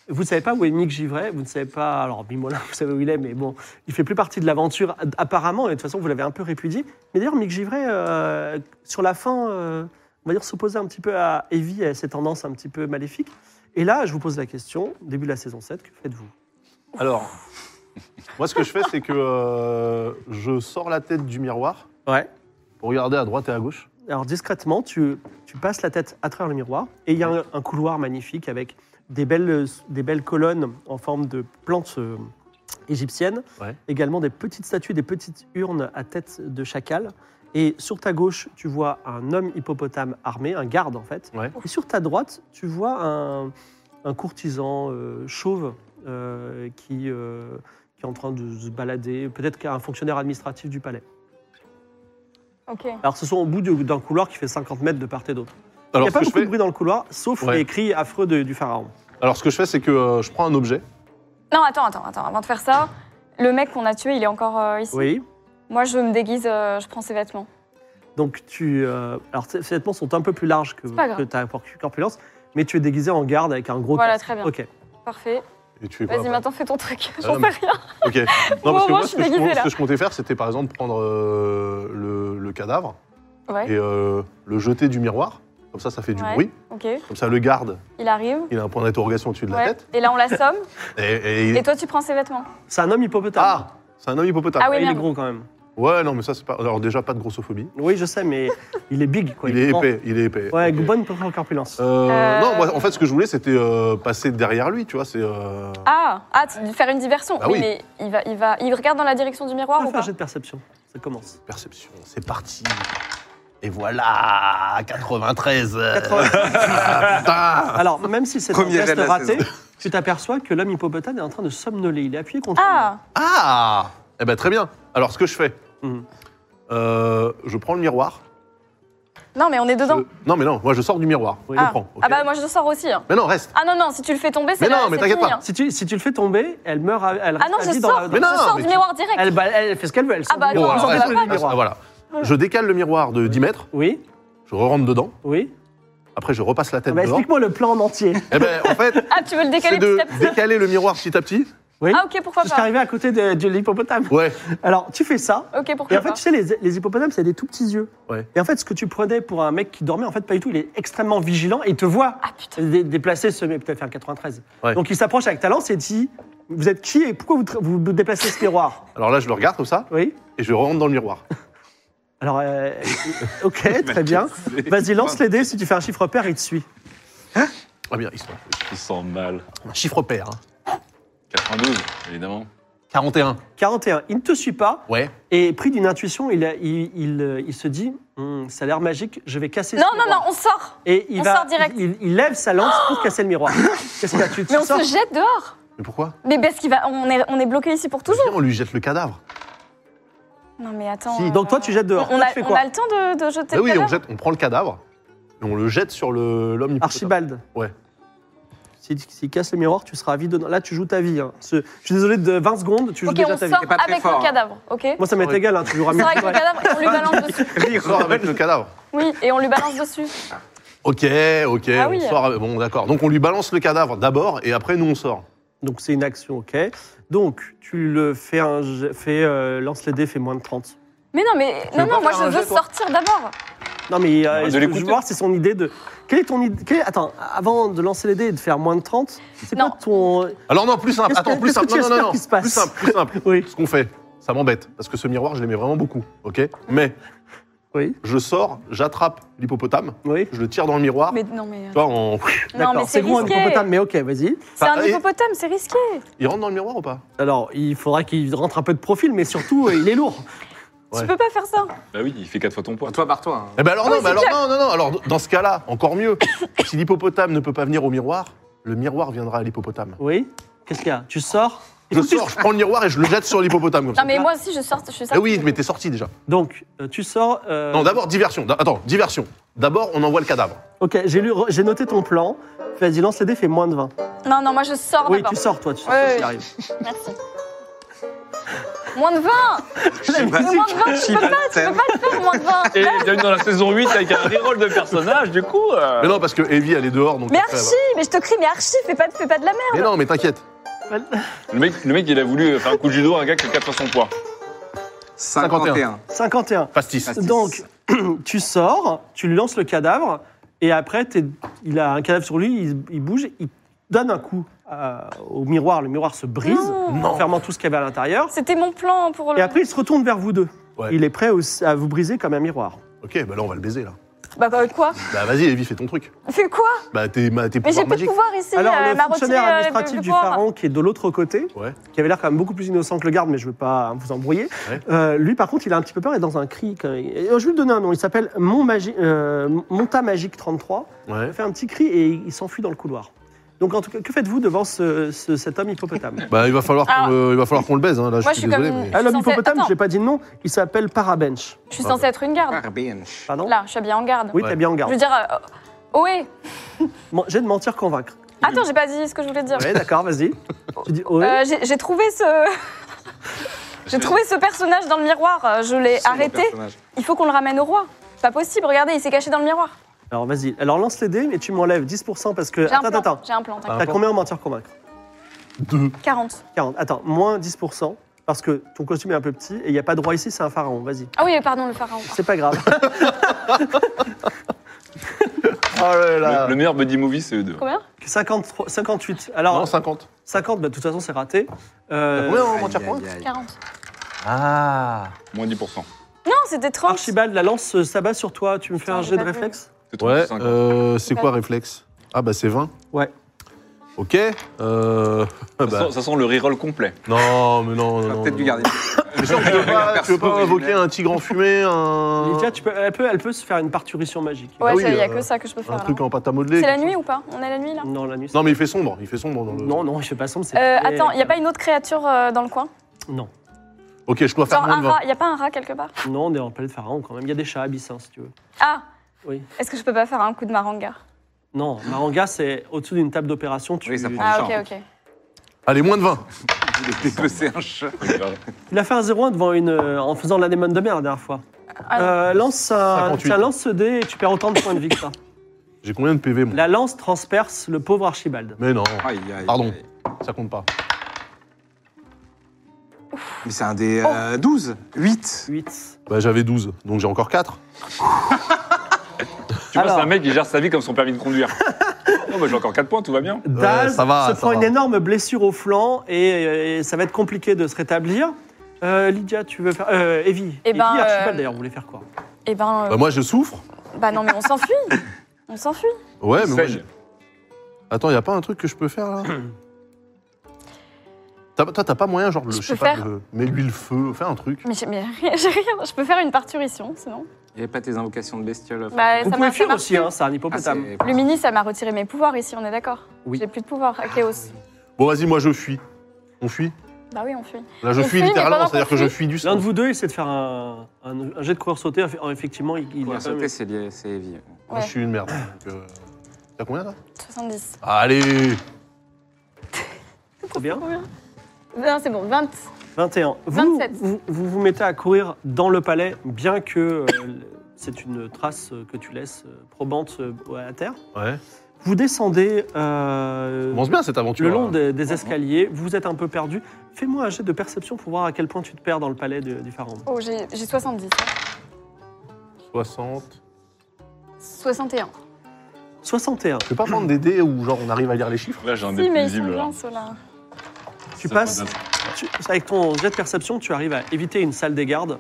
S1: Vous ne savez pas où est Mick Givray, vous ne savez pas. Alors, Bimolin, vous savez où il est, mais bon, il fait plus partie de l'aventure ad- apparemment, et de toute façon, vous l'avez un peu répudié. Mais d'ailleurs, Mick Givray, euh, sur la fin, euh, on va dire, s'opposait un petit peu à Evie et à ses tendances un petit peu maléfiques. Et là, je vous pose la question, début de la saison 7, que faites-vous
S2: Alors,
S3: Moi, ce que je fais, c'est que euh, je sors la tête du miroir
S1: Ouais.
S3: pour regarder à droite et à gauche.
S1: Alors discrètement, tu, tu passes la tête à travers le miroir et il y a un, un couloir magnifique avec des belles, des belles colonnes en forme de plantes euh, égyptiennes,
S3: Ouais.
S1: également des petites statues, des petites urnes à tête de chacal. Et sur ta gauche, tu vois un homme hippopotame armé, un garde en fait.
S3: Ouais.
S1: Et sur ta droite, tu vois un, un courtisan euh, chauve euh, qui, euh, qui est en train de se balader, peut-être qu'un fonctionnaire administratif du palais.
S5: hein. Ok.
S1: Alors ce sont au bout du- d'un couloir qui fait 50 mètres de part et d'autre. Il
S3: Alors,
S1: n'y a
S3: ce
S1: pas
S3: que je
S1: beaucoup
S3: fais,
S1: de bruit dans le couloir, sauf
S3: Ouais.
S1: les cris affreux de- du pharaon.
S3: alors, ce que je fais, c'est que euh, je prends un objet.
S5: Non, attends, attends, attends. Avant de faire ça, le mec qu'on a tué, il est encore euh, ici.
S1: Oui.
S5: Moi, je me déguise, euh, je prends ses vêtements.
S1: Donc tu. euh, alors ces ces vêtements sont un peu plus larges que,
S5: pas grave.
S1: que ta por- corpulence, mais tu es déguisé en garde avec un gros.
S5: Voilà,
S1: casque.
S5: très bien.
S1: Ok.
S5: Parfait.
S3: Et tu fais quoi
S5: Vas-y,
S3: après
S5: maintenant, fais ton truc.
S3: Ah,
S5: J'en
S3: mais-
S5: sais rien.
S3: Ok. Non,
S5: Moi,
S3: parce que
S5: moi,
S3: moi,
S5: je
S3: ce
S5: suis
S3: que, je,
S5: déguisée,
S3: com-
S5: là.
S3: ce que je comptais faire, c'était par exemple prendre euh, le, le cadavre
S5: Ouais.
S3: et euh, le jeter du miroir. Comme ça, ça fait du
S5: Ouais.
S3: bruit.
S5: Ok.
S3: Comme ça, le garde,
S5: Il arrive.
S3: il a un point d'interrogation au-dessus de la
S5: Ouais.
S3: tête.
S5: Et là, on l'assomme.
S3: Et, et il-
S5: Et toi, tu prends ses vêtements.
S1: C'est un homme hippopotame.
S3: Ah C'est un homme hippopotame.
S5: Ah oui,
S1: il est
S5: merde.
S1: gros quand même.
S3: Ouais, non, mais ça, c'est pas. Alors, déjà, pas de grossophobie.
S1: Oui, je sais, mais il est big quoi.
S3: il est
S1: grand.
S3: épais. Il est épais.
S1: Ouais,
S3: Ok.
S1: bonne corpulence.
S3: Euh,
S5: Euh,
S3: Non, moi, en fait, ce que je voulais, c'était euh, passer derrière lui, tu vois. C'est. euh,
S5: Ah, ah, tu- faire une diversion.
S3: Bah oui.
S5: mais il va, il va, il regarde dans la direction du miroir
S1: On
S5: ou
S1: va faire
S5: pas
S1: un jet de perception. Ça commence.
S3: Perception, c'est parti. Et voilà 93 Ah,
S1: Alors, même si c'est un
S4: Premier jet
S1: test
S4: de la
S1: raté, tu t'aperçois que l'homme hippopotame est en train de somnoler. Il est appuyé contre.
S5: Ah,
S3: putain. Ah Eh ben, très bien. Alors, ce que je fais,
S1: Mhm.
S3: euh, je prends le miroir.
S5: non, mais on est
S3: je-
S5: dedans.
S3: Non, mais non, moi, je sors du miroir.
S1: Oui.
S3: Je
S5: Ah.
S3: le prends. ok
S5: Ah bah moi, je sors aussi. hein.
S3: Mais non, reste.
S5: Ah non, non, si tu le fais tomber, c'est
S3: Mais non,
S5: la-
S3: mais
S5: c'est
S3: t'inquiète
S5: fini,
S3: pas.
S5: hein.
S1: Si tu, si tu le fais tomber, elle meurt. à- Elle
S5: Ah non,
S1: reste
S5: je
S1: à vie dans
S5: sors.
S1: la-
S3: Mais non,
S5: je sors
S3: mais
S5: du
S3: tu-
S5: miroir direct.
S1: Elle, ba- elle fait ce qu'elle veut. Elle sort
S5: Ah bah
S1: du
S5: non,
S1: miroir.
S5: j'en
S3: alors,
S1: Elle
S5: débat
S1: sort
S3: reste. Ah,
S1: du
S5: pas,
S1: miroir.
S3: Voilà. Je décale le miroir de 10 mètres,
S1: Oui,
S3: je rentre dedans,
S1: oui.
S3: après je repasse la tête
S1: Ah bah,
S3: dehors.
S1: Explique-moi le plan en entier.
S3: Eh ben, en fait,
S5: Ah, tu veux le
S3: c'est
S5: décaler
S3: de
S5: petit à petit
S3: décaler le miroir petit à petit.
S1: Oui.
S5: Ah ok, pourquoi
S1: Je suis
S5: pas
S1: arrivé à côté de, de l'hippopotame.
S3: Ouais,
S1: Alors, tu fais ça.
S5: Ok,
S1: Et
S5: pourquoi
S1: en fait,
S5: pas
S1: tu sais, les, les hippopotames, c'est des tout petits yeux.
S3: Ouais.
S1: Et en fait, ce que tu prenais pour un mec qui dormait, en fait, pas du tout. Il est extrêmement vigilant et il te voit
S5: Ah putain.
S1: dé- déplacer ce mec, peut-être faire 93.
S3: Ouais.
S1: Donc, il s'approche avec ta lance et dit Vous êtes qui et pourquoi vous, tra- vous déplacez ce miroir
S3: alors là je le regarde comme ça
S1: Oui.
S3: et je rentre dans le miroir.
S1: Alors, euh, ok, très bien. Vas-y, lance les dés. Si tu fais un chiffre pair, il te suit.
S3: Ah bien, ils sont-
S2: Il sent mal.
S3: Chiffre pair. hein.
S2: 92, évidemment.
S3: 41.
S1: 41. Il ne te suit pas.
S3: Ouais.
S1: Et pris d'une intuition, il, a- il, il, euh, il se dit Hum, Ça a l'air magique, je vais casser
S5: Non,
S1: ce
S5: non,
S1: miroir.
S5: non, on sort.
S1: Et il
S5: On
S1: va,
S5: sort direct. Oh
S1: Il, il lève sa lance pour casser le miroir. Qu'est-ce que tu, tu
S5: Mais on
S1: sors
S5: se jette dehors.
S3: Mais pourquoi
S5: Mais parce qu'il va, on est, on est bloqué ici pour toujours.
S3: Viens, on lui jette le cadavre.
S5: Non mais attends. euh,
S3: Si.
S1: Donc toi, tu jettes dehors.
S5: On, on
S1: Toi,
S5: a,
S1: tu fais
S5: on
S1: quoi
S5: a le temps de, de jeter
S3: Bah oui,
S5: le
S3: on,
S5: cadavre
S3: jette, on prend le cadavre et on le jette sur le- l'homme hippopotame.
S1: Archibald.
S3: Ouais.
S1: S'il s'il casse le miroir, tu seras à vie dedans. Là, tu joues ta vie. hein. Ce- je suis désolé, de 20 secondes, tu joues
S5: Ok,
S1: déjà
S5: on
S1: ta vie.
S4: C'est
S5: sort
S4: pas très
S5: avec
S4: fort,
S5: le
S4: hein.
S5: cadavre, ok
S1: Moi, ça m'est
S3: Ouais.
S1: égal, hein, tu joueras
S5: On
S1: mieux.
S5: sort avec le cadavre et on lui balance dessus.
S3: On sort avec le cadavre.
S5: Oui, et on lui balance dessus.
S3: Ok, ok,
S5: Ah oui.
S3: on sort. avec- Bon, d'accord. Donc on lui balance le cadavre d'abord et après nous on sort.
S1: Donc, c'est une action, ok. Donc, tu le fais, un, jet- fais euh, lance les dés, fais moins de 30.
S5: Mais non, mais
S3: Tu
S5: non,
S3: veux
S5: non,
S3: pas
S5: moi
S3: faire
S5: je
S3: un
S5: veux
S3: jet, toi
S5: sortir d'abord.
S1: Non, mais euh,
S2: Ouais, de
S1: je veux
S2: l'écouter.
S1: voir, c'est son idée de. Quelle est ton idée quelle est- Attends, avant de lancer les dés et de faire moins de 30, c'est
S5: Non.
S1: quoi ton.
S3: Alors non, plus simple.
S1: Qu'est-ce
S3: Attends,
S1: que-
S3: plus
S1: qu'est-ce que
S3: simple.
S1: tu
S3: Non,
S1: espères
S3: non, non,
S1: qu'il se passe
S3: Plus simple, plus simple.
S1: Oui.
S3: Ce qu'on fait, ça m'embête parce que ce miroir, je l'aimais vraiment beaucoup. Ok. Mais
S1: Oui.
S3: je sors, j'attrape l'hippopotame,
S1: Oui.
S3: je le tire dans le miroir.
S5: Mais non, mais.
S3: Tu vois, on-
S5: Non, mais
S1: D'accord,
S5: c'est
S1: c'est gros un
S5: risqué.
S1: hippopotame, mais ok, vas-y.
S5: C'est un
S3: Enfin, Ah, et-
S5: hippopotame, c'est risqué.
S3: il rentre dans le miroir ou pas
S1: Alors, il faudra qu'il rentre un peu de profil, mais surtout, euh, il est lourd.
S3: Ouais.
S5: Tu peux pas faire ça.
S2: Bah oui, il fait 4 fois ton poids.
S4: Toi par toi. hein.
S3: Eh ben alors
S5: Ah Oui,
S3: non, mais
S5: c'est
S3: alors
S5: clair.
S3: non, non, non. Alors dans ce cas-là, encore mieux. si l'hippopotame ne peut pas venir au miroir, le miroir viendra à l'hippopotame.
S1: Oui Qu'est-ce qu'il y a Tu sors
S3: Je sors, je prends le miroir et je le jette sur l'hippopotame comme ça.
S5: Non, mais moi aussi je sors, je suis
S3: Eh
S5: sortie.
S3: oui, mais t'es sorti déjà.
S1: Donc, euh, tu sors. euh,
S3: Non, d'abord diversion. D'a- Attends, diversion. D'abord, on envoie le cadavre.
S1: Ok, j'ai lu- re- j'ai noté ton plan. Vas-y, lance les dés, fais moins de 20.
S5: Oh, Non, non, moi je sors
S1: oui,
S5: d'abord.
S1: tu sors, toi, tu sors,
S5: Ouais,
S1: toi,
S5: ouais.
S1: t'y arrives.
S5: Merci. Moins de 20
S4: J'ai pas-
S5: Mais moins de 20, tu
S4: j'ai
S5: peux pas,
S4: le
S5: tu peux
S4: thème.
S5: pas le faire, moins de 20
S2: Et bienvenue dans la saison 8 avec un reroll de personnages, du coup. euh,
S3: Mais non, parce que Evie, elle est dehors, donc.
S5: Mais
S3: après, elle
S5: Archie, mais je te crie, mais Archie, fais pas, fais pas de la merde
S3: va. Mais non, mais t'inquiète.
S2: le, mec, le mec, il a voulu faire un coup de judo à un gars qui a 400 poids.
S4: 51.
S1: 51.
S3: Pastis.
S4: Pastis.
S1: Donc, tu sors, tu lui lances le cadavre, et après, t'es- il a un cadavre sur lui, il, il bouge, il donne un coup à- au miroir, le miroir se brise, fermant tout ce qu'il y avait à l'intérieur,
S5: C'était mon plan pour le...
S1: et après, il se retourne vers vous deux.
S3: Ouais.
S1: Il est prêt aussi à vous briser comme un miroir.
S3: Ok, bah là, on va le baiser, là.
S5: Bah, bah, quoi
S3: Bah vas-y, Evie, fais ton truc.
S5: Fais quoi
S3: Bah t'es ma- tes
S5: Mais
S3: pouvoirs
S5: j'ai pas de
S3: magiques.
S5: pouvoir ici,
S1: Alors,
S5: euh,
S1: le
S5: m'a retiré,
S1: fonctionnaire
S5: euh, le-
S1: administratif
S5: le
S1: du
S5: pouvoir.
S1: pharaon, qui est de l'autre côté,
S3: Ouais.
S1: qui avait l'air quand même beaucoup plus innocent que le garde, mais je veux pas hein, vous embrouiller,
S3: Ouais.
S1: euh, lui, par contre, il a un petit peu peur et dans un cri. quand même. Et, euh, je vais lui donner un nom, il s'appelle Mont Magi- euh, Monta Magique 33.
S3: Ouais.
S1: Il fait un petit cri et il s'enfuit dans le couloir. Donc, en tout cas, que faites-vous devant ce- ce- cet homme hippopotame
S3: Bah il va falloir qu'on
S5: Alors-
S3: le- il va falloir qu'on le baise, hein. là,
S5: Ah.
S3: je
S5: Moi,
S3: suis
S5: je suis
S3: désolé.
S5: comme-
S3: mais-
S1: Ah, L'homme
S5: censée-
S1: hippopotame,
S5: Attends.
S1: j'ai pas dit le nom, il s'appelle Parabench.
S5: Je suis censée être une
S4: Ah,
S5: garde.
S4: Barbench.
S1: Ah, Pardon
S5: Là, je suis habillée en garde.
S1: Oui,
S3: Ouais.
S1: t'as bien en
S5: Je veux
S1: garde.
S5: dire... euh, oh, ouais
S1: Mon- J'ai de mentir convaincre.
S5: Attends, j'ai pas dit ce que je voulais dire.
S1: Ouais, d'accord, vas-y. Tu dis ouais.
S5: Euh, j'ai j'ai trouvé ce... j'ai trouvé ce personnage dans le miroir, euh, je l'ai
S4: C'est mon
S5: arrêté.
S4: personnage.
S5: Il faut qu'on le ramène au roi. C'est Pas possible, regardez, il s'est caché dans le miroir.
S1: Alors, vas-y. Alors, lance les dés, mais tu m'enlèves 10% parce que.
S5: J'ai un
S1: Euh, Attends,
S5: plan,
S1: attends.
S5: j'ai un plan, t'inquiète.
S1: T'as combien en mentir convaincre
S5: 40.
S1: 40. Attends, moins 10%, parce que ton costume est un peu petit et il n'y a pas de roi ici, c'est un pharaon. Vas-y.
S5: Ah oui, pardon, le pharaon.
S1: C'est pas grave.
S3: Oh là
S2: Le,
S3: là.
S2: le meilleur buddy movie, c'est eux deux.
S5: Combien
S1: 53, 58. Alors,
S3: Non, 50.
S1: 50, bah, de toute façon, c'est raté. Euh,
S3: Combien en
S4: Aïe,
S3: mentir
S4: aïe,
S3: convaincre
S4: aïe.
S5: 40.
S3: Ah.
S2: Moins 10%.
S5: Non, c'était 30.
S1: Archibald, la lance euh, s'abat sur toi. Tu me fais
S5: Putain,
S1: un
S5: j'ai
S1: jet de
S5: pas vu.
S1: réflexe
S2: C'est trop
S3: Ouais,
S2: 50.
S3: euh, c'est quoi réflexe Ah bah c'est 20.
S1: Ouais.
S3: Ok. Euh,
S2: ça,
S3: bah,
S2: sent, ça sent le reroll complet.
S3: non, mais non, non.
S4: On va
S3: non,
S4: Ah, Peut-être
S3: non.
S4: du garder.
S3: Mais sûr, tu veux pas, tu veux pas invoquer un tigre en fumée, un,
S1: Lydia, tu peux, elle, peut, elle peut se faire une parturition magique.
S5: Ouais,
S3: Ah oui,
S5: il n'y a
S3: euh,
S5: que ça que je peux
S3: un
S5: faire. là.
S3: truc en pâte à modeler
S5: C'est la
S3: quelque
S5: nuit
S3: chose.
S5: ou pas On est la nuit là
S1: Non, la nuit.
S3: Non, mais il fait sombre, il fait sombre dans le.
S1: Non, non, je fais pas sombre. c'est
S5: Euh,
S1: très-
S5: Attends, il n'y a pas une autre créature euh, dans le coin
S1: Non,
S3: Ok, je dois faire
S5: Genre ah,
S3: moins
S5: un
S3: de 20.
S5: rat, il n'y a pas un rat quelque part
S1: non, on est en palais de pharaon quand même. Il y a des chats abyssins, si tu veux.
S5: Ah
S1: Oui.
S5: Est-ce que je peux pas faire un coup de maranga
S1: Non, Maranga, c'est au-dessous d'une table d'opération. Tu...
S4: Oui, ça prend.
S5: Ah
S4: Genre.
S5: ok, ok. ah.
S3: Allez, moins de 20.
S4: Il est dépecé un chat.
S1: Il a fait un 0-1 devant une, euh, en faisant l'anémone de mer la dernière fois.
S5: Ah, non.
S1: Euh, lance un,
S3: 58.
S1: tiens, lance ce dé et tu perds autant de points de vie que ça.
S3: J'ai combien de PV, moi
S1: La lance transperce le pauvre Archibald.
S3: Mais non,
S4: Aïe, aïe, aïe.
S3: Pardon. ça compte pas.
S4: Mais c'est un
S5: Oh.
S4: des euh, 12, 8.
S1: 8.
S3: Bah, j'avais 12, donc j'ai encore 4.
S2: Tu vois,
S1: Alors.
S2: c'est un mec qui gère sa vie comme son permis de conduire. Non, bah, j'ai encore 4 points, tout va bien.
S1: Daz
S3: Euh, ça va,
S1: se
S3: ça
S1: prend
S3: va.
S1: une énorme blessure au flanc et, euh, et ça va être compliqué de se rétablir. Euh, Lydia, tu veux faire. Euh, Evie.
S5: Eh ben,
S1: Evie, Archibald
S5: euh,
S1: d'ailleurs, vous voulez faire quoi
S5: Eh ben... euh,
S3: Bah, moi, je souffre.
S5: Bah non, mais on s'enfuit On s'enfuit
S3: Ouais, mais moi,
S2: Saigne.
S3: j'ai- Attends, y a pas un truc que je peux faire, là T'as- Toi, t'as pas moyen, genre, le,
S5: Je
S3: je sais
S5: peux
S3: pas,
S5: faire.
S3: le- mets-lui le feu, fais un truc.
S5: Mais j'ai mais rien, j'ai rien. Je peux faire une parturition, sinon.
S4: Il n'y avait pas tes invocations de bestioles.
S5: Bah,
S1: Vous
S4: enfin,
S5: ça
S1: pouvez
S5: marche,
S1: fuir
S5: ça marche
S1: aussi,
S5: plus.
S1: hein, c'est un
S4: ah,
S1: hippopotame.
S4: c'est-
S5: Le mini, ça m'a retiré mes pouvoirs ici, on est d'accord
S1: Oui. Ah,
S5: J'ai plus de pouvoir, à Chaos.
S3: Bon, vas-y, moi, je fuis. On fuit
S5: Bah oui, on fuit.
S3: Là, je
S5: On
S3: fuis
S5: fuit, mais
S3: littéralement,
S5: pendant
S3: c'est-à-dire
S5: qu'on
S3: que je
S5: fuit-
S3: fuis du
S1: L'un
S3: sang.
S1: de vous deux essaie de faire un, un- un jet de coureur sauté. Eff- Effectivement, il, il
S4: Pour
S1: a quand
S4: sauter,
S1: même-
S4: c'est lié- c'est heavy.
S3: Moi, Je suis une merde. donc, euh, T'as combien, là
S5: 70.
S3: Allez
S1: Trop bien.
S5: Non, c'est bon, 20.
S1: 21. Vous,
S5: 27.
S1: vous, vous vous mettez à courir dans le palais, bien que euh, c'est une trace euh, que tu laisses euh, probante euh, à la terre.
S3: Ouais.
S1: Vous descendez euh,
S3: Commence bien cette aventure. hein.
S1: le long
S3: là.
S1: des, des escaliers, vous êtes un peu perdu. Fais-moi un jet de perception pour voir à quel point tu te perds dans le palais de- du pharaon.
S5: Oh, j'ai j'ai 70. hein.
S3: 60.
S5: 61.
S1: 61.
S3: Tu peux pas prendre des dés où, genre, on arrive à lire les chiffres
S2: Là, j'ai un
S5: Si,
S2: des
S5: mais
S2: plus
S5: ils sont
S2: visibles. là.
S5: bien, ceux-là.
S1: Tu
S2: Ça
S1: passes,
S2: fait
S1: tu- avec ton jet de perception, tu arrives à éviter une salle des gardes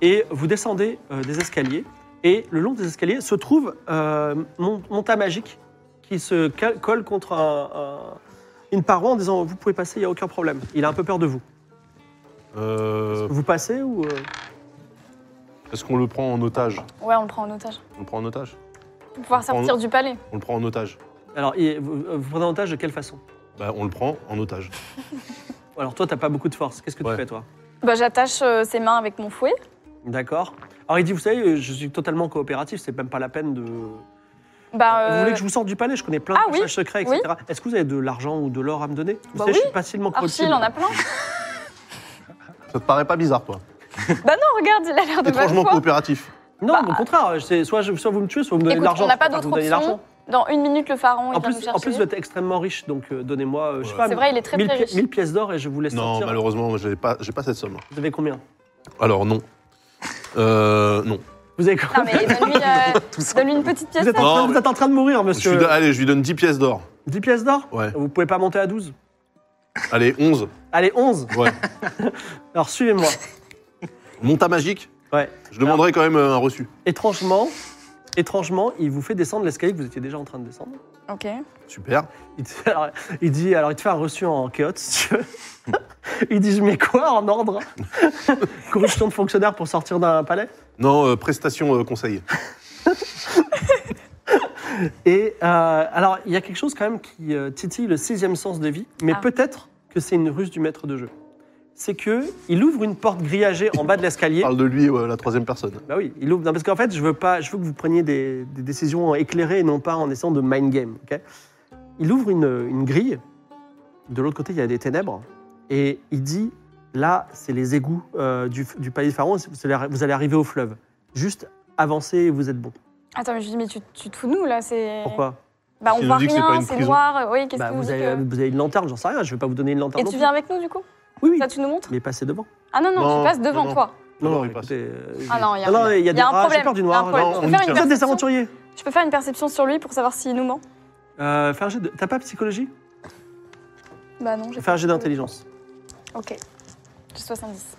S1: et vous descendez euh, des escaliers. Et le long des escaliers se trouve euh, mon, mon tas magique qui se cal- colle contre un- un- une paroi en disant Vous pouvez passer, il n'y a aucun problème. Il a un peu peur de vous.
S3: euh,
S1: Vous passez ou. euh,
S3: Est-ce qu'on le prend en otage
S5: Ouais, on le prend en otage.
S3: On le prend en otage
S5: Pour pouvoir
S3: prend en-
S5: sortir du palais.
S3: On le prend en otage
S1: Alors, il- vous, euh, vous prenez avantage de quelle façon
S3: Bah, on le prend en otage.
S1: Alors, toi, t'as pas beaucoup de force. Qu'est-ce que
S3: Ouais.
S1: tu fais, toi
S5: Bah, j'attache euh, ses mains avec mon fouet.
S1: D'accord. Alors, il dit Vous savez, je suis totalement coopératif, c'est même pas la peine de.
S5: Bah, euh,
S1: Vous voulez que je vous sorte du palais Je connais plein de
S5: Ah oui,
S1: passages secrets, etc. Est-ce que vous avez de l'argent ou de l'or à me donner Vous
S5: Bah
S1: savez,
S5: oui.
S1: je suis facilement
S5: Archie, il
S1: croquable.
S5: en a plein.
S3: Ça te paraît pas bizarre, toi
S5: Bah non, regarde, il a l'air de bonne
S3: Étrangement
S5: foi.
S3: coopératif.
S1: Non, mais au contraire, c'est soit, je- soit vous me tuez, soit vous me donnez de
S5: Écoute,
S1: l'argent.
S5: on n'a pas
S1: Je préfère
S5: d'autre
S1: vous donner de
S5: option.
S1: l'argent.
S5: Dans une minute, le pharaon, il
S1: En
S5: vient nous
S1: plus, en
S5: chercher.
S1: plus, vous êtes extrêmement riche, donc euh, donnez-moi, euh, je sais
S3: Ouais.
S1: pas,
S5: C'est vrai, il est très,
S1: 1000
S5: très
S1: pi-
S5: riche.
S1: 1000 pièces d'or et je vous laisse
S3: Non,
S1: sortir.
S3: malheureusement, j'ai pas, j'ai pas cette somme.
S1: Vous avez combien
S3: Alors non. Euh, non.
S1: Vous avez combien
S5: Non, mais donne-lui euh, donne-lui une petite pièce.
S1: vous, êtes en
S3: Non,
S1: train, vous
S3: mais-
S1: êtes en train de mourir,
S3: Je suis
S1: monsieur.
S3: d- allez, je lui donne 10 pièces d'or.
S1: 10 pièces d'or
S3: Ouais.
S1: Vous pouvez pas monter à 12
S3: Allez, 11.
S1: Allez, 11
S3: Ouais.
S1: Alors suivez-moi.
S3: Monta magique.
S1: Ouais.
S3: Je demanderai quand même euh, un reçu.
S1: Étrangement, étrangement, il vous fait descendre l'escalier que vous étiez déjà en train de descendre.
S5: Ok.
S3: Super.
S1: Il, te- alors, il dit, alors il te fait un reçu en chaos, si tu veux. Il dit, je mets quoi en ordre Corruption de fonctionnaire pour sortir d'un palais.
S3: Non, euh, prestation euh, conseil.
S1: Et euh, alors, il y a quelque chose quand même qui euh, titille le sixième sens de vie, mais
S5: Ah.
S1: peut-être que c'est une ruse du maître de jeu. C'est que il ouvre une porte grillagée en bas de l'escalier.
S3: Parle de lui, ouais, la troisième personne.
S1: Bah oui, il ouvre. non, parce qu'en fait, je veux pas, je veux que vous preniez des, des décisions éclairées et non pas en essayant de mind game. ok il ouvre une, une grille. De l'autre côté, il y a des ténèbres. Et il dit, là, c'est les égouts euh, du, du palais de Pharaon. Vous allez- vous allez arriver au fleuve. Juste avancez, et vous êtes bon.
S5: Attends, mais je dis, mais tu, tu te fous de nous, là c'est...
S1: Pourquoi
S5: Bah, on
S3: Il
S5: voit
S3: nous dit que c'est pas
S5: rien,
S3: une
S5: c'est
S3: prison.
S5: noir. Oui, qu'est-ce
S1: bah,
S5: qu'il nous
S1: vous,
S5: dit
S1: avez,
S5: que- euh
S1: vous avez une lanterne, j'en sais rien. Je vais pas vous donner une lanterne.
S5: Et
S1: non
S5: tu
S1: plus.
S5: viens avec nous, du coup
S1: Oui, oui.
S5: Ça, tu nous montres
S1: Mais passez devant.
S5: Ah non, non,
S3: Non.
S5: tu passes devant
S3: Non, non.
S5: toi.
S3: Non,
S1: Non,
S3: non, il
S1: écoutez,
S3: passe.
S1: euh,
S5: Ah non, il y a,
S1: non, il y a
S5: il
S1: des
S5: un
S1: rats,
S5: problème.
S1: j'ai peur du
S5: il y a
S1: noir.
S5: un problème.
S3: Non,
S5: Je
S3: on
S5: peux faire
S3: y tient.
S5: une
S1: Vous êtes des
S5: perception-
S1: aventuriers.
S5: Je peux faire une perception sur lui pour savoir s'il nous ment
S1: Euh, fais un jet de- T'as pas psychologie
S5: Bah non, j'ai
S1: Fais un jet d'intelligence.
S5: Ok. J'ai 70.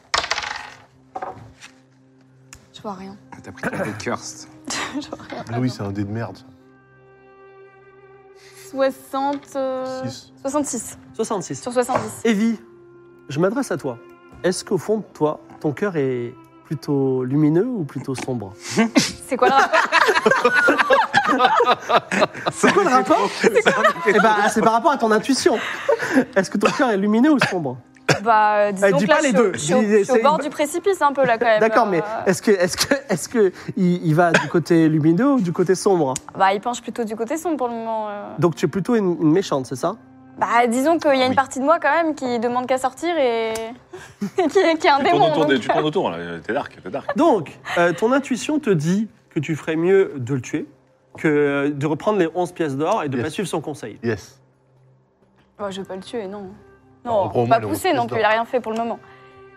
S5: Je vois rien.
S4: Ah, T'as pris ton dé cursed.
S5: Je vois rien.
S3: Ah oui, c'est un dé de merde. ça.
S5: 60. euh,
S3: Six.
S5: 66.
S1: 66.
S5: Sur 70.
S1: Evie, je m'adresse à toi. Est-ce qu'au fond de toi, ton cœur est plutôt lumineux ou plutôt sombre
S5: C'est quoi le rapport
S4: C'est quoi le rapport
S1: Eh ben, c'est par rapport à ton intuition. Est-ce que ton cœur est lumineux ou sombre
S5: Bah, euh, disons
S1: dis
S5: que là,
S1: pas les
S5: je,
S1: deux.
S5: je suis au,
S1: Dis-
S5: je suis au
S1: c'est-
S5: bord du précipice un peu là quand même.
S1: D'accord, mais
S5: Euh,
S1: est-ce que, est-ce que, est-ce que il, il va du côté lumineux ou du côté sombre
S5: Bah, il penche plutôt du côté sombre pour le moment. euh.
S1: Donc tu es plutôt une, une méchante, c'est ça
S5: Bah, disons qu'il y a une
S3: Oui.
S5: partie de moi quand même qui demande qu'à sortir et. et qui, est- qui est un
S2: Tu tournes
S5: démon.
S2: autour,
S5: donc,
S2: des- tu tournes autour là. T'es dark, t'es dark.
S1: Donc, euh, ton intuition te dit que tu ferais mieux de le tuer, que de reprendre les 11 pièces d'or et de ne
S3: Yes.
S1: pas suivre son conseil.
S3: Yes.
S5: Bah, je vais pas le tuer, non.
S3: on
S5: Non,
S3: prend
S5: on
S3: au
S5: va
S3: moins
S5: pas
S3: le
S5: pousser non
S3: repousse
S5: plus, il a rien fait pour le moment.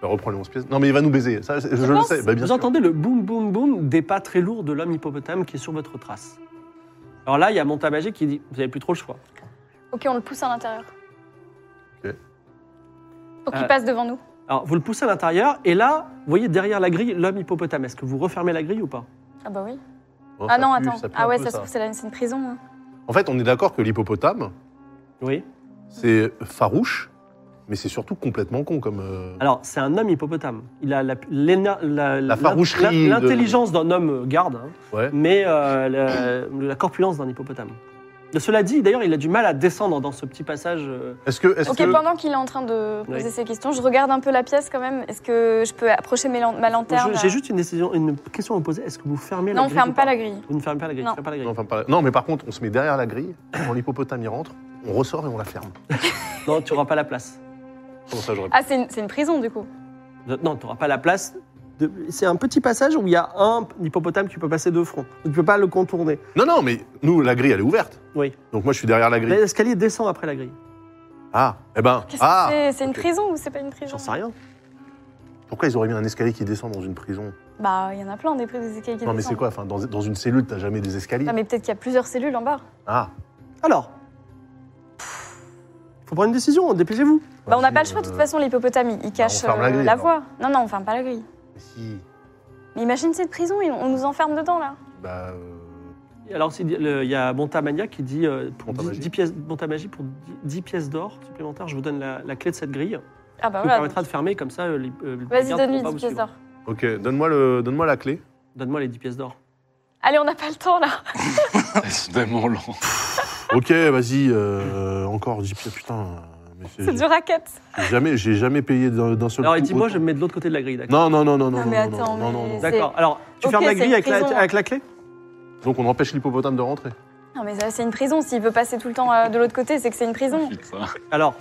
S3: Bah, reprends les 11 pièces. Non, mais il va nous baiser. Ça, je je le
S5: penses
S3: sais. Bah, bien
S1: Vous
S3: sûr.
S1: entendez le boum boum boum des pas très lourds de l'homme hippopotame qui est sur votre trace. Alors là, il y a Montabagé qui dit Vous n'avez plus trop le choix.
S5: Ok, on le pousse à l'intérieur.
S3: Ok.
S5: Pour
S1: Euh,
S5: qu'il passe devant nous.
S1: Alors vous le poussez à l'intérieur et là, vous voyez derrière la grille l'homme hippopotame. Est-ce que vous refermez la grille ou pas
S5: Ah bah oui.
S3: Oh,
S5: ah
S3: ça
S5: non,
S3: pue,
S5: attends.
S3: ça pue
S5: ah
S3: un
S5: ouais,
S3: peu,
S5: ça se trouve, c'est la- c'est une prison. hein.
S3: En fait, on est d'accord que l'hippopotame,
S1: Oui.
S3: c'est farouche, mais c'est surtout complètement con comme. euh,
S1: Alors c'est un homme hippopotame. Il a la, l'éna- la- la-
S3: faroucherie
S1: la-
S3: de-
S1: l'intelligence d'un homme garde, hein,
S3: Ouais.
S1: mais euh, la, la corpulence d'un hippopotame. Mais Cela dit, d'ailleurs, il a du mal à descendre dans ce petit passage. euh,
S3: Est-ce que. Est
S5: Ok, pendant qu'il est en train de poser
S1: Oui.
S5: ses questions, je regarde un peu la pièce quand même. Est-ce que je peux approcher mes lan- ma lanterne
S1: je-
S5: là
S1: J'ai juste une, décision, une question à vous poser. Est-ce que vous fermez la
S5: Non, on
S1: grille ou
S5: ferme pas la grille.
S1: Vous ne fermez pas la grille.
S5: Non.
S1: fermez pas la grille.
S3: non, enfin, pas- non, mais par contre, on se met derrière la grille, quand l'hippopotame y rentre, on ressort et on la ferme.
S1: Non, tu n'auras pas la place.
S3: Comment ça, j'aurais
S5: Ah, c'est une, c'est une prison du coup.
S1: Non, tu n'auras pas la place. de- C'est un petit passage où il y a un hippopotame qui peut passer de front. Tu ne peux pas le contourner.
S3: Non, non, mais nous, la grille, elle est ouverte.
S1: Oui.
S3: Donc moi, je suis derrière la grille.
S1: L'escalier descend après la grille.
S3: Ah, eh ben.
S5: Qu'est-ce
S3: Ah
S5: que c'est C'est une
S3: ok.
S5: prison ou c'est pas une prison
S1: J'en sais rien.
S3: Pourquoi ils auraient mis un escalier qui descend dans une prison
S5: Bah, il y en a plein des prisons des escaliers qui
S3: Non, mais c'est
S5: descendent.
S3: quoi enfin, dans, dans une cellule, t'as jamais des escaliers
S5: Non, mais peut-être qu'il y a plusieurs cellules en bas.
S3: Ah
S1: Alors, il faut prendre une décision, dépêchez-vous.
S5: Bah, on n'a
S3: Vas-y,
S5: pas le choix de toute
S3: euh,
S5: façon, l'hippopotame, il- il cache
S3: ferme la
S5: euh,
S3: grille,
S5: la
S3: alors.
S5: voie. Non, non, on ferme pas la grille.
S3: mais Si.
S5: Mais imagine cette prison, ils- on nous enferme dedans là.
S3: Bah. euh,
S1: Alors, c'est- le- il y a Montamania qui dit euh, pour
S3: Montamagie.
S1: 10, pièces, Montamagie, pour 10, pièces d'or supplémentaires, je vous donne la, la clé de cette grille.
S5: Ah bah
S1: qui vous
S5: voilà.
S1: permettra de fermer comme ça. euh, les- euh, les
S5: Vas-y,
S1: gardes pourront
S5: donne-lui
S1: pas
S5: 10
S1: vous
S5: pièces
S1: suivre.
S5: d'or.
S3: Ok, donne-moi le, donne-moi la clé.
S1: Donne-moi les 10 pièces d'or.
S5: Allez, on n'a pas le temps là.
S2: Ils sont tellement lents.
S3: Ok, vas-y, euh, encore 10 pièces, putain. mais c'est-
S5: C'est du racket.
S3: j'ai jamais, j'ai jamais payé d'un d'un seul
S1: Alors,
S3: coup.
S1: et dis-moi, je
S3: autant.
S1: vais me mettre de l'autre côté de la grille, d'accord
S3: Non, non, non, non,
S5: Non,
S3: non, non,
S5: mais
S3: non,
S5: attends,
S3: non, non,
S5: mais
S3: non.
S5: c'est-
S1: D'accord. Alors, tu
S5: Ok,
S1: fermes la
S5: c'est
S1: grille
S5: une
S1: avec la,
S5: prison.
S1: avec la clé
S3: Donc on empêche l'hippopotame de rentrer.
S5: Non, mais ça, c'est une prison. S'il veut passer tout le temps euh, de l'autre côté, c'est que c'est une prison.
S2: Putain.
S1: Alors,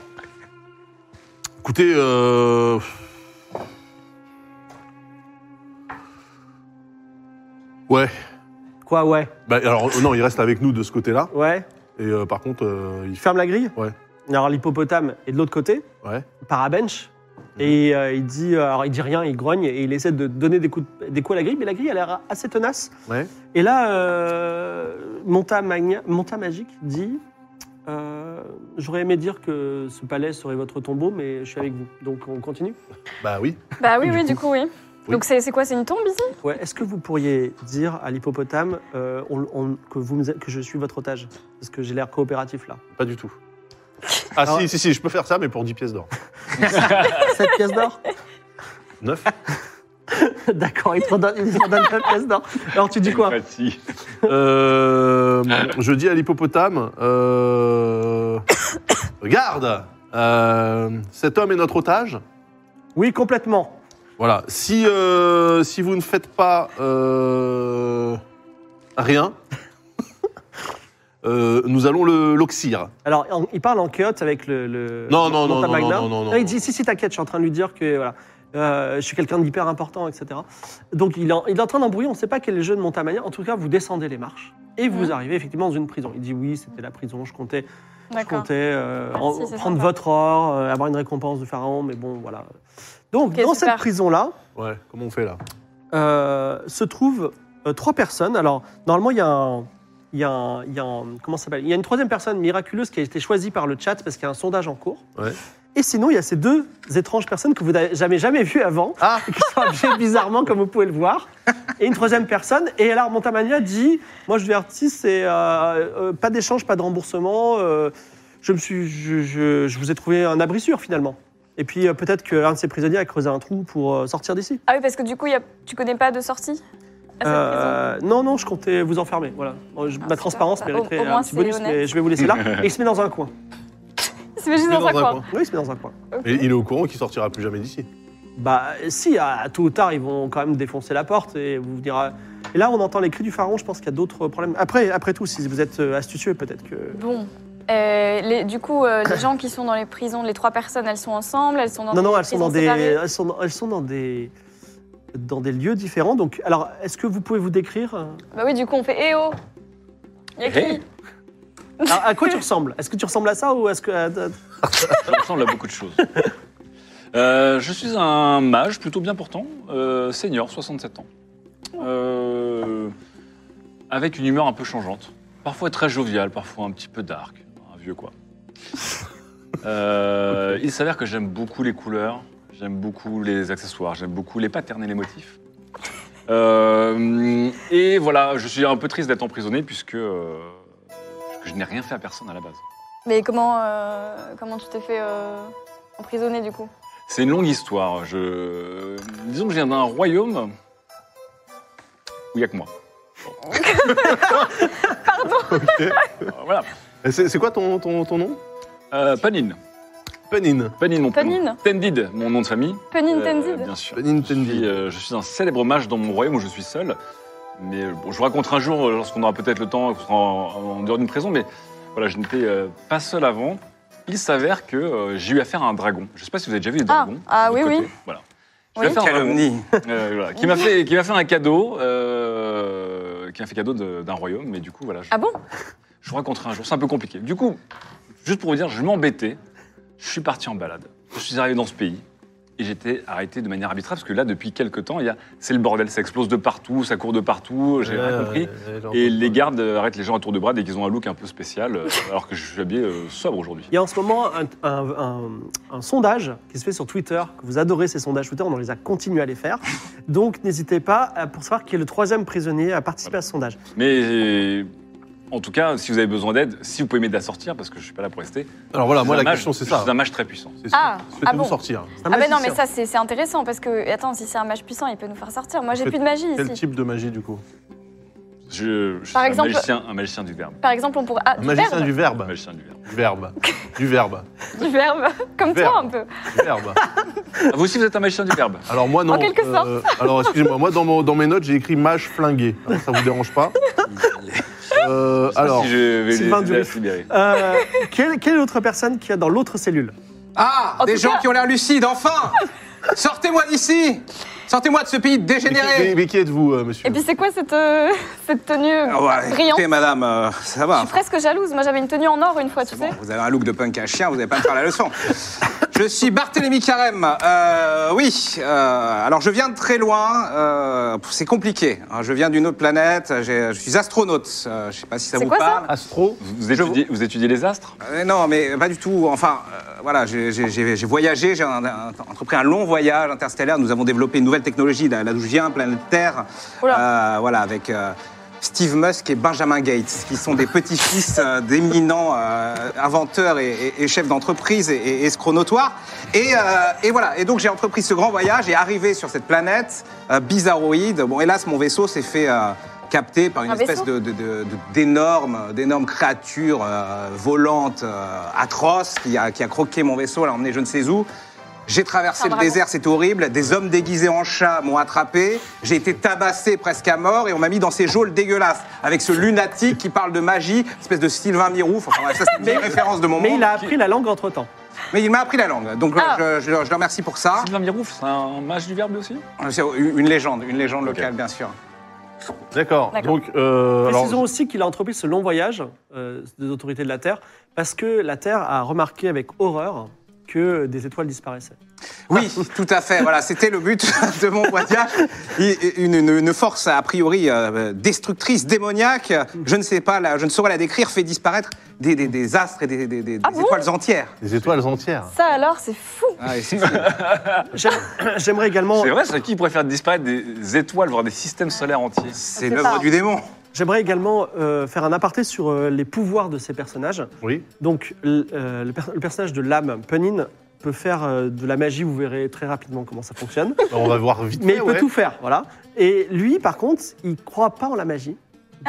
S3: Écoutez, euh, Ouais.
S1: Quoi, ouais
S3: Bah, alors, euh, non, il reste avec nous de ce côté-là.
S1: Ouais
S3: Et euh, par contre, euh, il
S1: Tu
S3: fait.
S1: fermes la grille
S3: Ouais.
S1: Alors l'hippopotame est de l'autre côté,
S3: Ouais. Mhm.
S1: par à bench. Et euh, il dit, alors il dit rien, il grogne et il essaie de donner des coups, de- des coups à la grille, mais la grille a l'air assez tenace.
S3: Ouais.
S1: Et là, euh, Monta, Magna- Monta Magique dit euh, J'aurais aimé dire que ce palais serait votre tombeau, mais je suis avec vous. Donc on continue.
S3: Bah oui.
S5: Bah oui,
S3: Du
S5: oui,
S3: coup.
S5: du coup, oui.
S3: Oui.
S5: Donc c'est c'est quoi C'est une tombe ici
S1: Ouais, Est-ce que vous pourriez dire à l'hippopotame euh, on- on- que, vous me- que je suis votre otage Parce que j'ai l'air coopératif là.
S3: Pas du tout. Ah,
S1: Alors-
S3: si, si, si, je peux faire ça, mais pour 10 pièces d'or.
S1: Cette pièce d'or
S3: 9
S1: D'accord, il te redonne, il te redonne la pièce d'or. Alors tu dis quoi
S2: Empathie.
S3: Euh, je dis à l'hippopotame, euh, regarde, euh, cet homme est notre otage.
S1: Oui, complètement.
S3: Voilà. Si euh, si vous ne faites pas euh, rien, euh, nous allons le l'oxyre.
S1: Alors, en- il parle en coyote avec le. le-
S3: Non, non, non,
S1: Monta
S3: non,
S1: Magna.
S3: non, non, non,
S1: Il
S3: non.
S1: dit si, si, t'inquiète, je suis en train de lui dire que voilà, euh, je suis quelqu'un d'hyper important, etc. Donc, il, est en- il est en train d'embrouiller, on ne sait pas quel est le jeu de Montamagna. En tout cas, vous descendez les marches et vous
S5: Mhm.
S1: arrivez effectivement dans une prison. Il dit oui, c'était la prison, je comptais, je
S5: D'accord.
S1: comptais euh, en-
S5: Merci, c'est
S1: prendre
S5: sympa.
S1: votre or, euh, avoir une récompense du pharaon, mais bon, voilà. Donc,
S5: Ok,
S1: dans
S5: super.
S1: cette prison-là,
S3: Ouais. Comment on fait là
S1: euh, se trouvent euh, trois personnes. Alors, normalement, il y a un. Il y, a un- il y a un- comment ça s'appelle Il y a une troisième personne miraculeuse qui a été choisie par le chat parce qu'il y a un sondage en cours.
S3: Ouais.
S1: Et sinon, il y a ces deux étranges personnes que vous n'avez jamais, jamais vues avant,
S3: Ah.
S1: et qui sont habillées bizarrement, comme vous pouvez le voir. Et une troisième personne. Et alors, Montamania dit Moi, je suis artiste et euh, euh, pas d'échange, pas de remboursement. euh, je, me suis, je, je- je vous ai trouvé un abri sûr, finalement. Et puis, euh, peut-être qu'un de ces prisonniers a creusé un trou pour euh, sortir d'ici.
S5: Ah oui, parce que du coup, il y a... tu connais pas de sortie à cette prison
S1: Euh, non, non, je comptais vous enfermer. Voilà. Bon, je-
S5: Ah,
S1: ma
S5: super,
S1: transparence
S5: ça.
S1: mériterait
S5: Au- au moins,
S1: un petit
S5: c'est
S1: bonus,
S5: honnête.
S1: mais je vais vous laisser là. Et il se met dans un coin.
S5: Il se met juste
S3: Il est
S5: dans un coin.
S3: coin.
S1: Oui, il se met dans un coin.
S5: Ok.
S3: Et il est au courant qu'il sortira plus jamais d'ici.
S1: Bah, si, à, tôt ou tard, ils vont quand même défoncer la porte et vous dira. Et là, on entend les cris du pharaon. Je pense qu'il y a d'autres problèmes. Après, après tout, si vous êtes euh, astucieux, peut-être que.
S5: Bon. Euh, les- du coup, euh, les gens qui sont dans les prisons, les trois personnes, elles sont ensemble, elles sont dans
S1: Non, non, elles sont
S5: prisons
S1: dans des,
S5: séparées.
S1: elles sont, dans- elles sont dans des, dans des lieux différents. Donc, alors, est-ce que vous pouvez vous décrire euh,
S5: Bah oui, du coup, on fait Eh oh Il y a qui
S2: Eh
S1: Ah, à, à quoi tu ressembles Est-ce que tu ressembles à ça ou est-ce que à- à-
S2: Ça ressemble à beaucoup de choses. Euh, je suis un mage plutôt bien portant, euh, senior, 67 ans. Euh, avec une humeur un peu changeante. Parfois très joviale, parfois un petit peu dark. Un vieux quoi. Euh, Il s'avère que j'aime beaucoup les couleurs, j'aime beaucoup les accessoires, j'aime beaucoup les patterns et les motifs. Euh, et voilà, je suis un peu triste d'être emprisonné puisque, euh, puisque je n'ai rien fait à personne à la base.
S5: Mais comment, euh, comment tu t'es fait euh, emprisonner du coup
S2: C'est une longue histoire. Je... Disons que je viens d'un royaume où il n'y a que moi.
S3: Ok.
S2: Euh, voilà.
S3: Et C'est c'est quoi ton, ton, ton nom
S2: Euh, Panin.
S3: Penin.
S2: Panin, mon prénom.
S5: Panin.
S2: Tendid, mon nom de famille.
S5: Penin
S2: Euh,
S5: Tenzid
S2: Bien sûr.
S3: Penin
S2: Je suis,
S3: Tendi.
S2: euh, je suis un célèbre mage dans mon royaume où je suis seul. Mais euh, bon, je vous raconterai un jour, euh, lorsqu'on aura peut-être le temps, qu'on sera en, en dehors d'une prison. Mais voilà, je n'étais euh, pas seul avant. Il s'avère que euh, j'ai eu affaire à un dragon. Je ne sais pas si vous avez déjà vu les
S5: Ah,
S2: dragons.
S5: ah
S2: de
S5: oui,
S2: côté.
S5: oui.
S2: Voilà. J'ai eu
S5: Oui.
S2: affaire à un dragon.
S4: Calomnie.
S2: Euh, voilà, qui m'a fait, qui m'a fait un cadeau, euh, qui m'a fait cadeau de- d'un royaume, mais du coup voilà, je,
S5: Ah bon
S2: je vous raconterai un jour. C'est un peu compliqué. Du coup, juste pour vous dire, je m'embêtais, je suis parti en balade, je suis arrivé dans ce pays et j'étais arrêté de manière arbitraire parce que là depuis quelques temps, il y a, c'est le bordel, ça explose de partout, ça court de partout, j'ai rien compris. Et les gardes euh, arrêtent les gens à tour de bras dès qu'ils ont un look un peu spécial, euh, alors que je suis habillé euh, sobre aujourd'hui.
S1: Il y a en ce moment un, un- un- un sondage qui se fait sur Twitter, que vous adorez ces sondages Twitter, on en les a continué à les faire. Donc n'hésitez pas à- pour savoir qui est le troisième prisonnier à participer à ce sondage.
S2: Mais euh, en tout cas, si vous avez besoin d'aide, si vous pouvez m'aider à sortir, parce que je suis pas là pour rester.
S3: Alors voilà,
S2: je suis
S3: Ah, moi
S2: un
S3: la
S2: mage-
S3: question c'est
S2: Je
S3: ça.
S2: suis un mage très puissant.
S3: C'est-
S5: Ah, ah
S3: Souhaitez-vous
S5: bon.
S3: sortir
S1: C'est un
S5: Ah ben non, mais
S1: magicien.
S5: ça c'est c'est intéressant parce que attends, si c'est un mage puissant, il peut nous faire sortir. Moi j'ai
S3: Quel-
S5: plus de magie
S3: Quel
S5: ici.
S3: type de magie du coup
S2: Je, je
S5: Par
S2: suis
S5: exemple-
S2: un, magicien, un magicien du verbe.
S5: Par exemple, on pourrait ah,
S3: Un
S5: du
S3: magicien
S5: verbe,
S3: du
S2: Un
S3: verbe.
S2: magicien du verbe.
S3: Du verbe. Du verbe.
S5: du verbe, comme
S3: Du
S5: toi
S3: verbe.
S5: un peu.
S3: Du verbe.
S2: Ah, vous aussi, vous êtes un magicien du verbe.
S3: Alors moi non. euh,
S5: En quelque sorte.
S3: alors excusez-moi, moi dans, mon- dans mes notes j'ai écrit mage flingué. Alors, ça vous dérange pas Euh, Alors,
S2: si je vais
S1: Sylvain
S2: les,
S1: Durif.
S2: les libérer.
S1: Euh, quelle, quelle autre personne qu'il y a dans l'autre cellule
S4: Ah
S5: En
S4: Des
S5: tout
S4: gens
S5: cas-
S4: qui ont l'air lucides, enfin Sortez-moi d'ici Sortez-moi de ce
S3: Mais,
S4: pays
S3: mais-
S4: dégénéré
S3: mais qui êtes-vous, euh, monsieur
S5: Et puis Eh c'est quoi cette, euh, cette tenue euh,
S4: Ah ouais,
S5: brillante
S4: Écoutez, madame, euh, ça
S5: Je
S4: va.
S5: suis presque jalouse. Moi, j'avais une tenue en or une fois, tu
S4: Bon,
S5: sais.
S4: vous avez un look de punk à chien, vous n'allez pas me faire la leçon. Je suis Barthélémy Carême. Euh, oui, euh, alors je viens de très loin. euh, c'est compliqué. hein, Je viens d'une autre planète. j'ai- Je suis astronaute. euh, je ne sais pas si ça
S5: C'est
S4: vous
S5: quoi ça
S4: parle.
S3: Astro
S2: Vous, vous étudiez, vous étudiez les astres
S4: Euh, non, mais pas du tout. Enfin, euh, voilà, j'ai- j'ai j'ai- j'ai voyagé, j'ai un- un- entrepris un long voyage interstellaire. Nous avons développé une nouvelle technologie là, là d'où je viens, planète Terre.
S5: Oula.
S4: Euh, voilà, avec euh, Steve Musk et Benjamin Gates, qui sont des petits-fils euh, d'éminents euh, inventeurs et, et- et chefs d'entreprise et, et escrocs notoires. Et, euh, et voilà, et donc j'ai entrepris ce grand voyage et arrivé sur cette planète euh, bizarroïde. Bon, hélas, mon vaisseau s'est fait. euh, capté par une
S5: Un
S4: espèce de-
S5: vaisseau
S4: de- de- de- d'énormes d'énormes créatures euh, volantes, euh, atroces, qui a, qui a croqué mon vaisseau, l'a emmené je ne sais où. J'ai traversé
S5: Un
S1: Ah,
S4: le
S5: dragon.
S4: désert, c'était horrible. Des hommes déguisés en chats m'ont attrapé. J'ai été tabassé presque à mort et on m'a mis dans ces geôles dégueulasses avec ce lunatique qui parle de magie, espèce de Sylvain Mirouf. Enfin, bref, ça, c'est une référence de mon
S1: Mais
S4: monde.
S1: il a appris la langue entre temps.
S4: Mais il m'a appris la langue. Donc, je-
S5: Ah.
S4: je, je- je le remercie pour ça.
S2: Sylvain Mirouf, c'est un mage du verbe aussi
S4: C'est une légende, une légende locale, bien sûr.
S3: D'accord.
S5: D'accord.
S3: Donc, euh, alors,
S1: Précisons aussi qu'il a entrepris ce long voyage euh, des autorités de la Terre parce que la Terre a remarqué avec horreur que des étoiles disparaissaient.
S4: Oui, tout à fait. Voilà, c'était le but de mon voyage. I- Une, une- une force a priori euh, destructrice, démoniaque. Je ne sais pas, la- je ne saurais la décrire. Fait disparaître des, des- des astres et des, des- des-
S5: Ah
S4: des
S5: bon
S4: étoiles entières.
S3: les étoiles entières.
S5: Ça alors, c'est fou.
S4: Ah, et c'est-
S1: J'aime- J'aimerais également,
S2: C'est vrai, c'est qui pourrait faire disparaître des étoiles, voire des systèmes solaires entiers
S4: c'est
S5: C'est
S4: l'œuvre
S5: ça.
S4: du démon.
S1: j'aimerais également euh, faire un aparté sur euh, les pouvoirs de ces personnages.
S3: Oui.
S1: Donc, l- euh, le, per- le personnage de l'âme, Penin, peut faire euh, de la magie, vous verrez très rapidement comment ça fonctionne.
S3: Alors, on va voir vite.
S1: Mais
S3: fait,
S1: il peut
S3: ouais.
S1: tout faire, voilà. Et lui, par contre, il croit pas en la magie.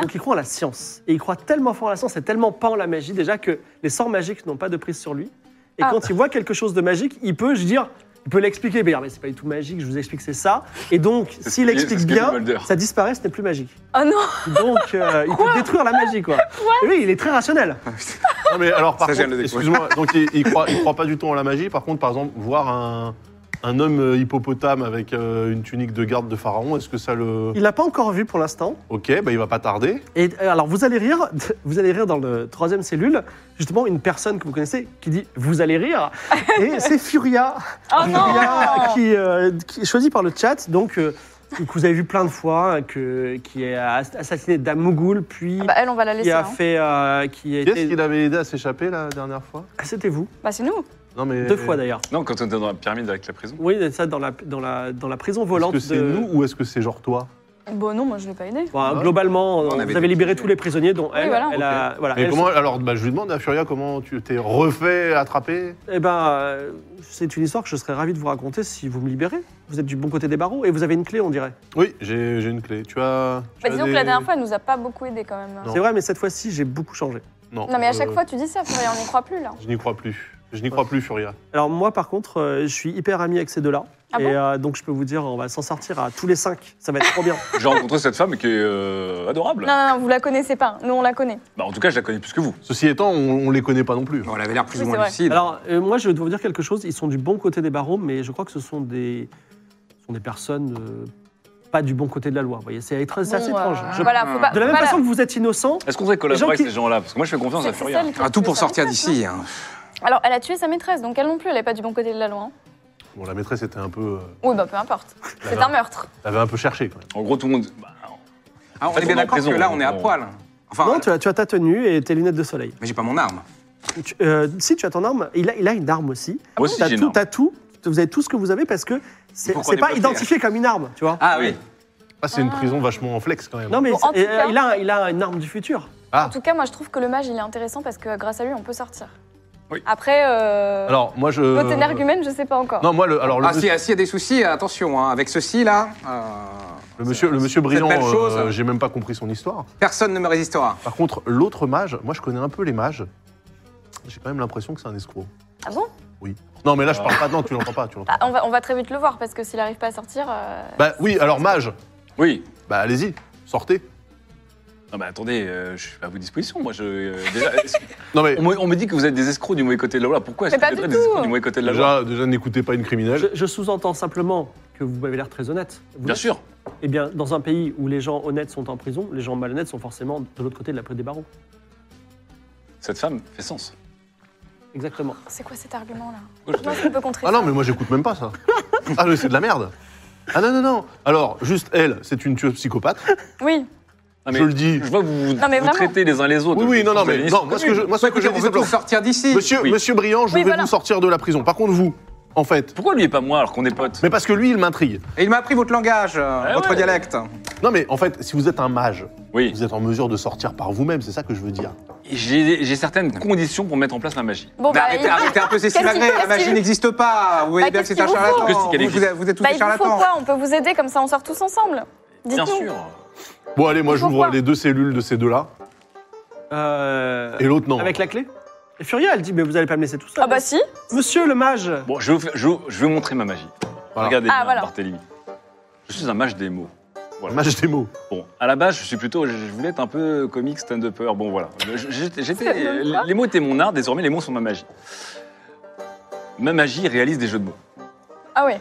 S1: Donc il croit en la science. Et il croit tellement fort en la science et tellement pas en la magie déjà que les sorts magiques n'ont pas de prise sur lui. Et
S5: Ah.
S1: quand il voit quelque chose de magique, il peut, je veux dire, il peut l'expliquer. Mais, mais c'est pas du tout magique, je vous explique, c'est ça. Et donc,
S2: ce
S1: s'il
S2: qu'il- c'est
S1: explique
S2: ce qu'il dit
S1: bien,
S2: Mulder.
S1: ça disparaît, ce n'est plus magique.
S5: Oh non,
S1: Donc euh, il peut détruire la magie, quoi. Et lui, il est très rationnel.
S3: Non, mais alors, par
S4: Ça, je viens de
S3: contre,
S4: le découvrir.
S3: excuse-moi, donc il, il croit, il croit pas du tout en la magie. Par contre, par exemple, voir un, un homme euh, hippopotame avec euh, une tunique de garde de pharaon, est-ce que ça le.
S1: Il l'a pas encore vu pour l'instant.
S3: Ok, bah il va pas tarder.
S1: Et euh, alors vous allez rire, vous allez rire dans le troisième cellule, justement une personne que vous connaissez qui dit vous allez rire, et c'est Furia,
S5: oh
S1: Furia
S5: non.
S1: qui, euh, qui est choisie par le chat, donc euh, que vous avez vu plein de fois, hein, que, qui a assassiné Dame Mougoul, puis
S5: Ah bah, elle, on va la
S1: qui
S5: laisser.
S1: a
S5: hein.
S1: fait, euh, qui a été-
S3: Qui est-ce qu'il avait aidé à s'échapper la dernière fois
S1: Ah, c'était vous,
S5: Bah c'est nous.
S3: Non, mais.
S1: deux fois d'ailleurs.
S2: Non, quand on était dans la pyramide avec la prison.
S1: Oui, ça dans la dans la dans la prison
S3: Est-ce
S1: volante.
S3: que c'est
S1: de-
S3: nous ou est-ce que c'est genre toi
S5: Bon non, moi je l'ai pas aidé.
S1: Bon, globalement, on
S4: avait
S1: vous
S4: des
S1: avez libéré
S4: prisonniers.
S1: tous les prisonniers, dont elle.
S5: voilà.
S1: elle a, voilà,
S3: Mais
S1: elle-
S3: comment Alors, bah, je lui demande à Furia comment tu t'es refait attraper.
S1: Eh ben, euh, c'est une histoire que je serais ravi de vous raconter si vous me libérez. Vous êtes du bon côté des barreaux et vous avez une clé, on dirait.
S3: Oui, j'ai j'ai une clé. Tu as. tu
S5: Bah,
S3: as
S5: disons
S3: des-
S5: que la dernière fois, elle nous a pas beaucoup aidé quand même.
S3: Non.
S1: C'est vrai, mais cette fois-ci, j'ai beaucoup changé.
S3: Non,
S5: Non mais à chaque
S3: euh,
S5: fois, tu dis ça, Furia, on n'y croit plus là.
S3: Je n'y crois plus. Je n'y crois plus, Furia.
S1: Alors moi, par contre, euh, je suis hyper ami avec ces deux-là.
S5: Ah
S1: et
S5: bon
S1: euh, donc, je peux vous dire, on va s'en sortir à tous les cinq. Ça va être trop bien.
S2: J'ai rencontré cette femme qui est euh, adorable.
S5: Non, non, non, vous la connaissez pas. Nous, on la connaît.
S2: Bah, en tout cas, je la connais plus que vous.
S3: Ceci étant, on, on les connaît pas non plus.
S4: Bon, elle avait l'air plus ou
S5: Oui, c'est
S4: moins
S5: vrai.
S4: lucide.
S1: Alors, euh, moi, je dois vous dire quelque chose. Ils sont du bon côté des barreaux, mais je crois que ce sont des, ce sont des personnes euh, pas du bon côté de la loi. Vous voyez, c'est très- c'est assez
S5: Bon, euh,
S1: étrange. hein. Je-
S5: Voilà, faut pas.
S1: De la même
S5: voilà.
S1: façon que vous êtes innocent,
S2: Est-ce qu'on devrait collaborer
S1: gens
S2: avec
S1: qui-
S2: ces gens-là Parce que moi, je fais confiance à
S5: C'est- c'est
S2: Furia.
S5: celle qui
S4: Ah,
S5: a
S4: tout
S5: tué
S4: pour
S5: sa
S4: sortir
S5: maîtresse,
S4: d'ici. hein.
S5: hein. Alors, elle a tué sa maîtresse, donc elle non plus, elle est pas du bon côté de la loi. hein.
S3: Bon, la maîtresse était un peu. euh,
S5: Oui, bah peu importe. C'est un meurtre.
S3: elle avait un peu cherché quand même.
S2: En gros, tout le monde. bah,
S4: Ah,
S2: En
S4: on
S2: fait,
S4: est bien
S2: on est en
S4: d'accord que
S2: prison,
S4: là, on est à
S2: on-
S4: poil. Enfin,
S1: non, tu as, tu as ta tenue et tes lunettes de soleil.
S4: mais j'ai pas mon arme.
S1: Tu- euh, si tu as ton arme, il a, il a une arme aussi.
S2: Moi aussi,
S1: T'as
S2: Ah j'ai une
S1: tout,
S2: arme.
S1: t'as tout. Vous avez tout ce que vous avez parce que c'est
S4: Faut qu'on
S1: c'est pas
S4: débloque,
S1: identifié comme une arme, tu vois.
S4: Ah oui.
S3: Ah, c'est une prison vachement en flex quand même.
S1: Non mais
S5: Bon, en
S1: c'est-
S5: tout cas-
S1: euh, il, a, il a une arme du futur.
S5: En tout cas, moi, je trouve que le mage, il est intéressant parce que grâce à lui, on peut sortir.
S2: Oui.
S5: Après, euh,
S3: Alors, moi je.
S5: votre énergumène, je sais pas encore.
S3: Non, moi, le, alors, le,
S4: Ah, si-
S3: monsieur,
S4: ah, s'il y a des soucis, attention, hein, avec ceci là, euh,
S3: le monsieur, le monsieur brillant,
S4: belle chose.
S3: euh, j'ai même pas compris son histoire.
S4: personne ne me résistera.
S3: Par contre, l'autre mage, moi je connais un peu les mages. J'ai quand même l'impression que c'est un escroc.
S5: Ah bon
S3: Oui. Non, mais là je parle pas. Non, tu l'entends pas. Tu l'entends.
S5: Bah, on, va, on va très vite le voir parce que s'il arrive pas à sortir. euh,
S3: Bah oui, alors mage,
S2: Oui.
S3: bah allez-y, sortez.
S2: Non, mais attendez, euh, je suis à vos dispositions. Moi, je. euh, déjà, est-ce-
S3: Non mais
S2: on, me, on me dit que vous êtes des escrocs du mauvais côté de la loi. Pourquoi est-ce
S5: Mais
S2: que
S5: pas
S2: vous êtes
S5: du
S2: des
S5: tout.
S2: escrocs du mauvais côté de la loi
S3: déjà, déjà n'écoutez pas une
S1: Je,
S3: criminelle.
S1: je sous-entends simplement que vous avez l'air très honnête. Vous
S2: Bien
S1: l'êtes.
S2: sûr.
S1: Eh bien, dans un pays où les gens honnêtes sont en prison, les gens malhonnêtes sont forcément de l'autre côté de la prison des barreaux.
S2: Cette femme fait sens.
S1: Exactement.
S5: C'est quoi cet argument-là
S2: Pourquoi je
S5: Comment est-ce qu'on peut contrer
S3: Ah non, mais moi j'écoute même pas ça. Ah mais c'est de la merde. Ah non, non, non. Alors, juste elle, c'est une tueuse psychopathe.
S5: ça Oui,
S2: Non,
S3: Je le dis.
S2: Ah, Je vois que vous,
S5: Non, mais
S2: vous
S5: vraiment.
S2: traitez les uns les autres.
S3: Oui, oui, non, non, mais
S2: Vous
S3: non, moi ce que je, moi, ce
S4: Ouais,
S3: que je
S4: écoutez,
S3: dis
S4: on veut
S3: simplement.
S4: tout sortir d'ici.
S3: Monsieur,
S2: Oui.
S3: monsieur Briand, je
S5: Oui,
S3: vais
S5: voilà.
S3: vous sortir de la prison. Par contre, vous, en fait.
S2: Pourquoi lui et pas moi alors qu'on est potes
S3: Mais parce que lui, il m'intrigue.
S4: Et il m'a appris votre langage, euh,
S2: Eh
S4: votre
S2: ouais.
S4: dialecte.
S3: Non, mais en fait, si vous êtes un mage,
S2: Oui.
S3: vous êtes en mesure de sortir par vous-même, c'est ça que je veux dire.
S2: J'ai j'ai certaines conditions pour mettre en place ma magie.
S5: bon,
S4: Ah, Mais
S5: bah,
S4: arrêtez,
S5: il-
S4: arrêtez un peu ces
S5: Qu'est-ce qu'il-
S4: simagrées, la
S5: qu'est-ce
S4: magie
S5: qu'il-
S4: n'existe pas. Vous voyez
S5: Bah,
S4: bien que
S5: qu'est-ce
S4: c'est un
S5: qu'il vous
S4: charlatan.
S2: faut Qu'est-ce qu'elle
S4: Vous, vous êtes- vous êtes tous
S5: bah,
S4: des
S5: il vous faut
S4: charlatans.
S5: quoi On peut vous aider, comme ça on sort tous ensemble.
S2: Bien
S5: Dites-nous.
S2: sûr.
S3: Bon, allez, moi, j'ouvre
S5: Pourquoi
S3: les deux cellules de ces deux-là.
S1: Euh,
S3: Et l'autre, non.
S1: Avec la clé Et Furia, elle dit Mais vous allez pas me laisser tout ça.
S5: Ah bah si,
S1: Monsieur le mage
S2: Bon, je vais, vous faire- je, je vais montrer ma magie.
S3: Voilà.
S2: Regardez
S5: Ah,
S2: bien,
S5: voilà.
S2: Barthélemy. Je suis un mage des mots.
S3: Le Mage des mots.
S2: Bon, à la base, je suis plutôt, je, je voulais être un peu comique, stand-upper. Bon, voilà. Je- J'étais, j'étais-
S5: Ça donne quoi
S2: les mots étaient mon art. Désormais, les mots sont ma magie. Ma magie réalise des jeux de mots.
S5: ah oui.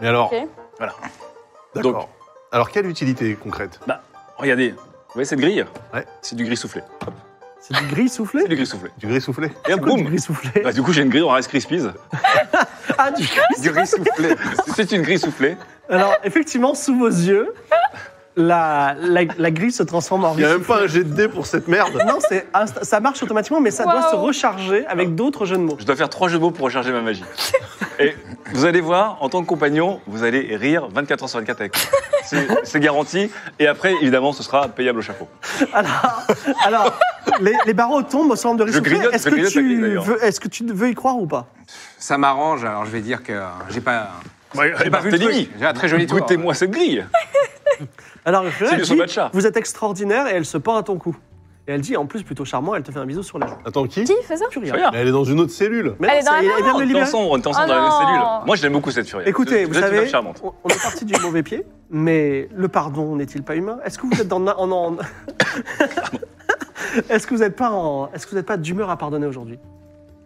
S3: Mais alors,
S5: Ok.
S2: Voilà.
S3: d'accord. Alors, quelle utilité concrète
S2: Regardez, vous voyez cette grille
S3: Ouais.
S2: C'est du gris soufflé.
S1: C'est du gris
S2: C'est
S1: soufflé
S2: du gris soufflé.
S3: Du gris soufflé
S2: Et hop,
S1: Quoi, du
S2: boum
S1: gris soufflé
S2: Bah, Du coup, j'ai une grille en Rice Krispies.
S1: Ah, du gris
S4: Du riz soufflé.
S2: C'est une grille soufflée.
S1: Alors, effectivement, sous vos yeux, la, la, la grille se transforme en
S3: Il n'y a
S1: riz.
S3: même pas un jet de dés pour cette merde.
S1: Non, c'est insta- ça marche automatiquement, mais ça doit
S5: Wow.
S1: se recharger avec d'autres jeux de mots.
S2: Je dois faire trois jeux de mots pour recharger ma magie. Et vous allez voir, en tant que compagnon, vous allez rire 24 h sur 24 avec moi. C'est- C'est garanti. Et après, évidemment, ce sera payable au chapeau.
S1: Alors, alors les, les barreaux tombent au centre de riz
S2: Je
S1: soufflé.
S2: grignote,
S1: Est-ce
S2: je
S1: que,
S2: grignote la grille,
S1: tu
S2: d'ailleurs.
S1: veux- est-ce que tu veux y croire ou pas
S4: Ça m'arrange, alors je vais dire que euh, j'ai pas.
S2: J'ai
S4: pas vu le truc. J'ai un très joli tour.
S2: Goûtez-moi cette grille.
S1: Alors, Furia,
S2: C'est
S1: elle
S2: du
S1: dit,
S2: sobacha.
S1: vous êtes extraordinaire et elle se pend à ton cou. Et elle dit, en plus, plutôt charmant, elle te fait un bisou sur la joue.
S3: Attends, qui
S5: Qui fait ça
S1: Furia.
S2: Regarde.
S3: Mais Elle est dans une autre cellule.
S1: Mais
S5: Elle est
S1: non,
S5: dans
S1: c'est-
S5: la
S1: elle vient de le
S2: On était
S1: libérer.
S2: ensemble, on était ensemble
S5: Oh
S2: dans la même
S5: non.
S2: cellule. Moi, je l'aime beaucoup cette furie.
S1: Écoutez, vous,
S2: êtes une
S1: savez,
S2: femme charmante.
S1: on on est parti du mauvais pied, mais le pardon n'est-il pas humain Est-ce que vous êtes dans en, en- Est-ce que vous n'êtes pas en- Est-ce que vous n'êtes pas d'humeur à pardonner aujourd'hui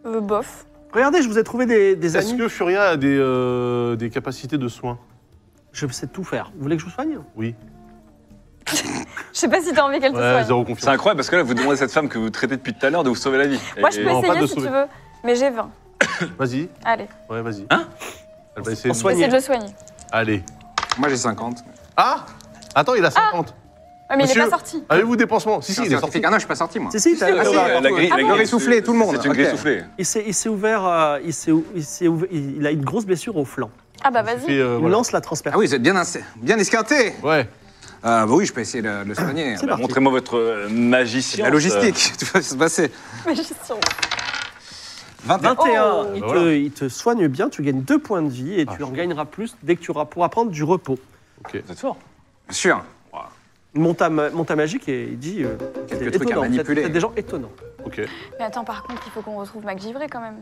S5: Euh, Bof.
S1: Regardez, je vous ai trouvé des, des
S3: Est-ce
S1: amis.
S3: que Furia a des, euh, des capacités de soins
S1: Je sais tout faire. Vous voulez que je vous soigne
S3: Oui.
S5: Je sais pas si t'as envie qu'elle te
S3: Ouais,
S5: soigne.
S3: zéro
S2: C'est
S3: confiance.
S2: incroyable parce que là, vous demandez à cette femme que vous traitez depuis tout à l'heure de vous sauver la vie.
S5: Moi je
S2: Et-
S5: peux
S3: Non, pas de
S5: essayer si
S3: sauver.
S5: tu veux, mais j'ai 20.
S3: Vas-y.
S5: Allez,
S3: Ouais, vas-y.
S2: Hein
S3: Elle va essayer
S1: On
S3: de-
S1: soigne.
S5: essaye de le soigner.
S3: Allez.
S4: Moi j'ai 50.
S3: Ah Attends, il a 50.
S5: Ouais, mais il
S3: Monsieur-
S5: est pas sorti.
S3: Avez-vous dépensement Si, si,
S4: Ah,
S3: il est sorti.
S4: Ah non, je suis pas sorti moi.
S1: Si, si, t'as-
S2: Ah, si,
S4: Ah,
S2: la
S4: partout.
S2: grille,
S5: Ah
S2: la
S5: bon
S2: grille,
S4: Grille soufflée, tout le monde.
S2: C'est une grille
S4: Ok.
S2: soufflée.
S1: il s'est il s'est ouvert, euh, il s'est ou- il s'est ouv- il, il a une grosse blessure au flanc.
S5: Ah bah
S3: Il fait,
S5: vas-y.
S3: euh,
S1: Il
S3: voilà.
S1: lance la transperce.
S4: Ah oui, vous êtes bien, ins- bien esquinté.
S3: Ouais.
S4: Euh, bah oui, je peux essayer de, de le soigner.
S1: C'est
S4: Bah,
S1: parti.
S2: Montrez-moi votre euh, magicien. Euh,
S4: La logistique, tout va se passer.
S5: Mais je suis sûre.
S1: 21,
S4: 21.
S1: il,
S3: bah
S1: te,
S3: voilà.
S1: il te soigne bien, tu gagnes deux points de vie et tu en gagneras plus dès que tu auras- pourras prendre du repos.
S2: Vous êtes fort.
S4: Bien sûr.
S1: Monta, ma- monta magique et il dit euh,
S4: Quelques
S1: c'est
S4: trucs à
S1: étonnant, vous êtes-
S4: manipuler.
S1: vous êtes des gens étonnants.
S3: Ok.
S5: Mais attends, par contre, il faut qu'on retrouve Mac Givré quand même.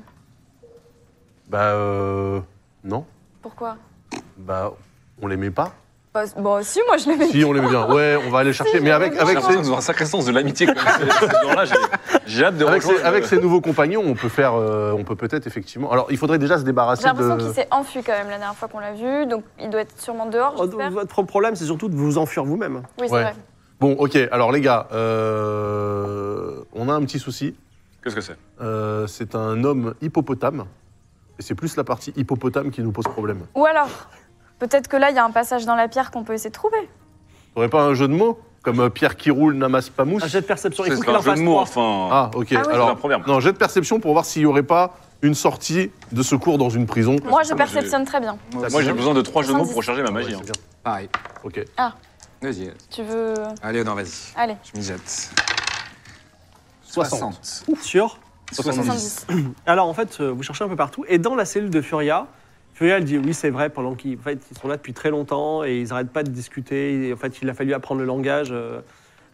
S3: Bah, euh. Non.
S5: Pourquoi
S3: Bah, on les met pas
S5: bah, c- Bon, si, moi je l'avais
S3: Si, on les met bien. Ouais, on va aller chercher. Mais avec,
S2: J'ai
S3: avec,
S2: l'impression
S3: ces,
S2: qu'ils ont un sacré sens de l'amitié. quand même. Ces- ces gens-là, j'ai- J'ai hâte de
S3: avec, ces,
S2: rejoindre. euh,
S3: avec ces nouveaux compagnons, on peut faire. euh, on peut peut-être effectivement. Alors, il faudrait déjà se débarrasser
S5: J'ai l'impression
S3: de.
S5: qu'il s'est enfui quand même la dernière fois qu'on l'a vu, donc il doit être sûrement dehors, j'espère.
S1: Oh, Votre problème, c'est surtout de vous enfuir vous-même.
S5: Oui, c'est
S3: Ouais.
S5: vrai.
S3: Bon, ok. Alors, les gars, euh, on a un petit souci.
S2: Qu'est-ce que c'est
S3: Euh, c'est un homme hippopotame. Et c'est plus la partie hippopotame qui nous pose problème.
S5: Ou alors, peut-être que là, il y a un passage dans la pierre qu'on peut essayer de trouver.
S3: T'aurais pas un jeu de mots Comme euh, Pierre qui roule n'amasse pas mousse
S1: Un jet de Ah, perception. Il faut
S2: C'est
S1: qu'il
S2: un
S1: en
S2: jeu
S1: fasse
S2: de mots,
S1: trois.
S2: enfin.
S3: Ah, ok.
S5: Ah oui.
S3: Alors,
S2: C'est un problème.
S3: non, jet de perception pour voir s'il n'y aurait pas une sortie de secours dans une prison.
S5: Moi, je
S2: j'ai-
S5: perceptionne très bien.
S4: bah,
S2: Moi, j'ai besoin de trois jeux de mots
S5: 70.
S2: pour recharger ma
S3: Ouais,
S2: magie. hein.
S3: c'est bien.
S4: Pareil.
S3: Ok.
S4: Vas-y.
S5: Tu veux.
S4: Allez, non, vas-y.
S5: Allez,
S4: Je m'y jette.
S3: 60.
S2: hein.
S1: Sûr.
S5: 70.
S1: Alors en fait, euh, vous cherchez un peu partout. Et dans la cellule de Furia, Furia, elle dit oui, c'est vrai, pendant qu'ils en fait, ils sont là depuis très longtemps et ils n'arrêtent pas de discuter. Et en fait, il a fallu apprendre le langage. euh,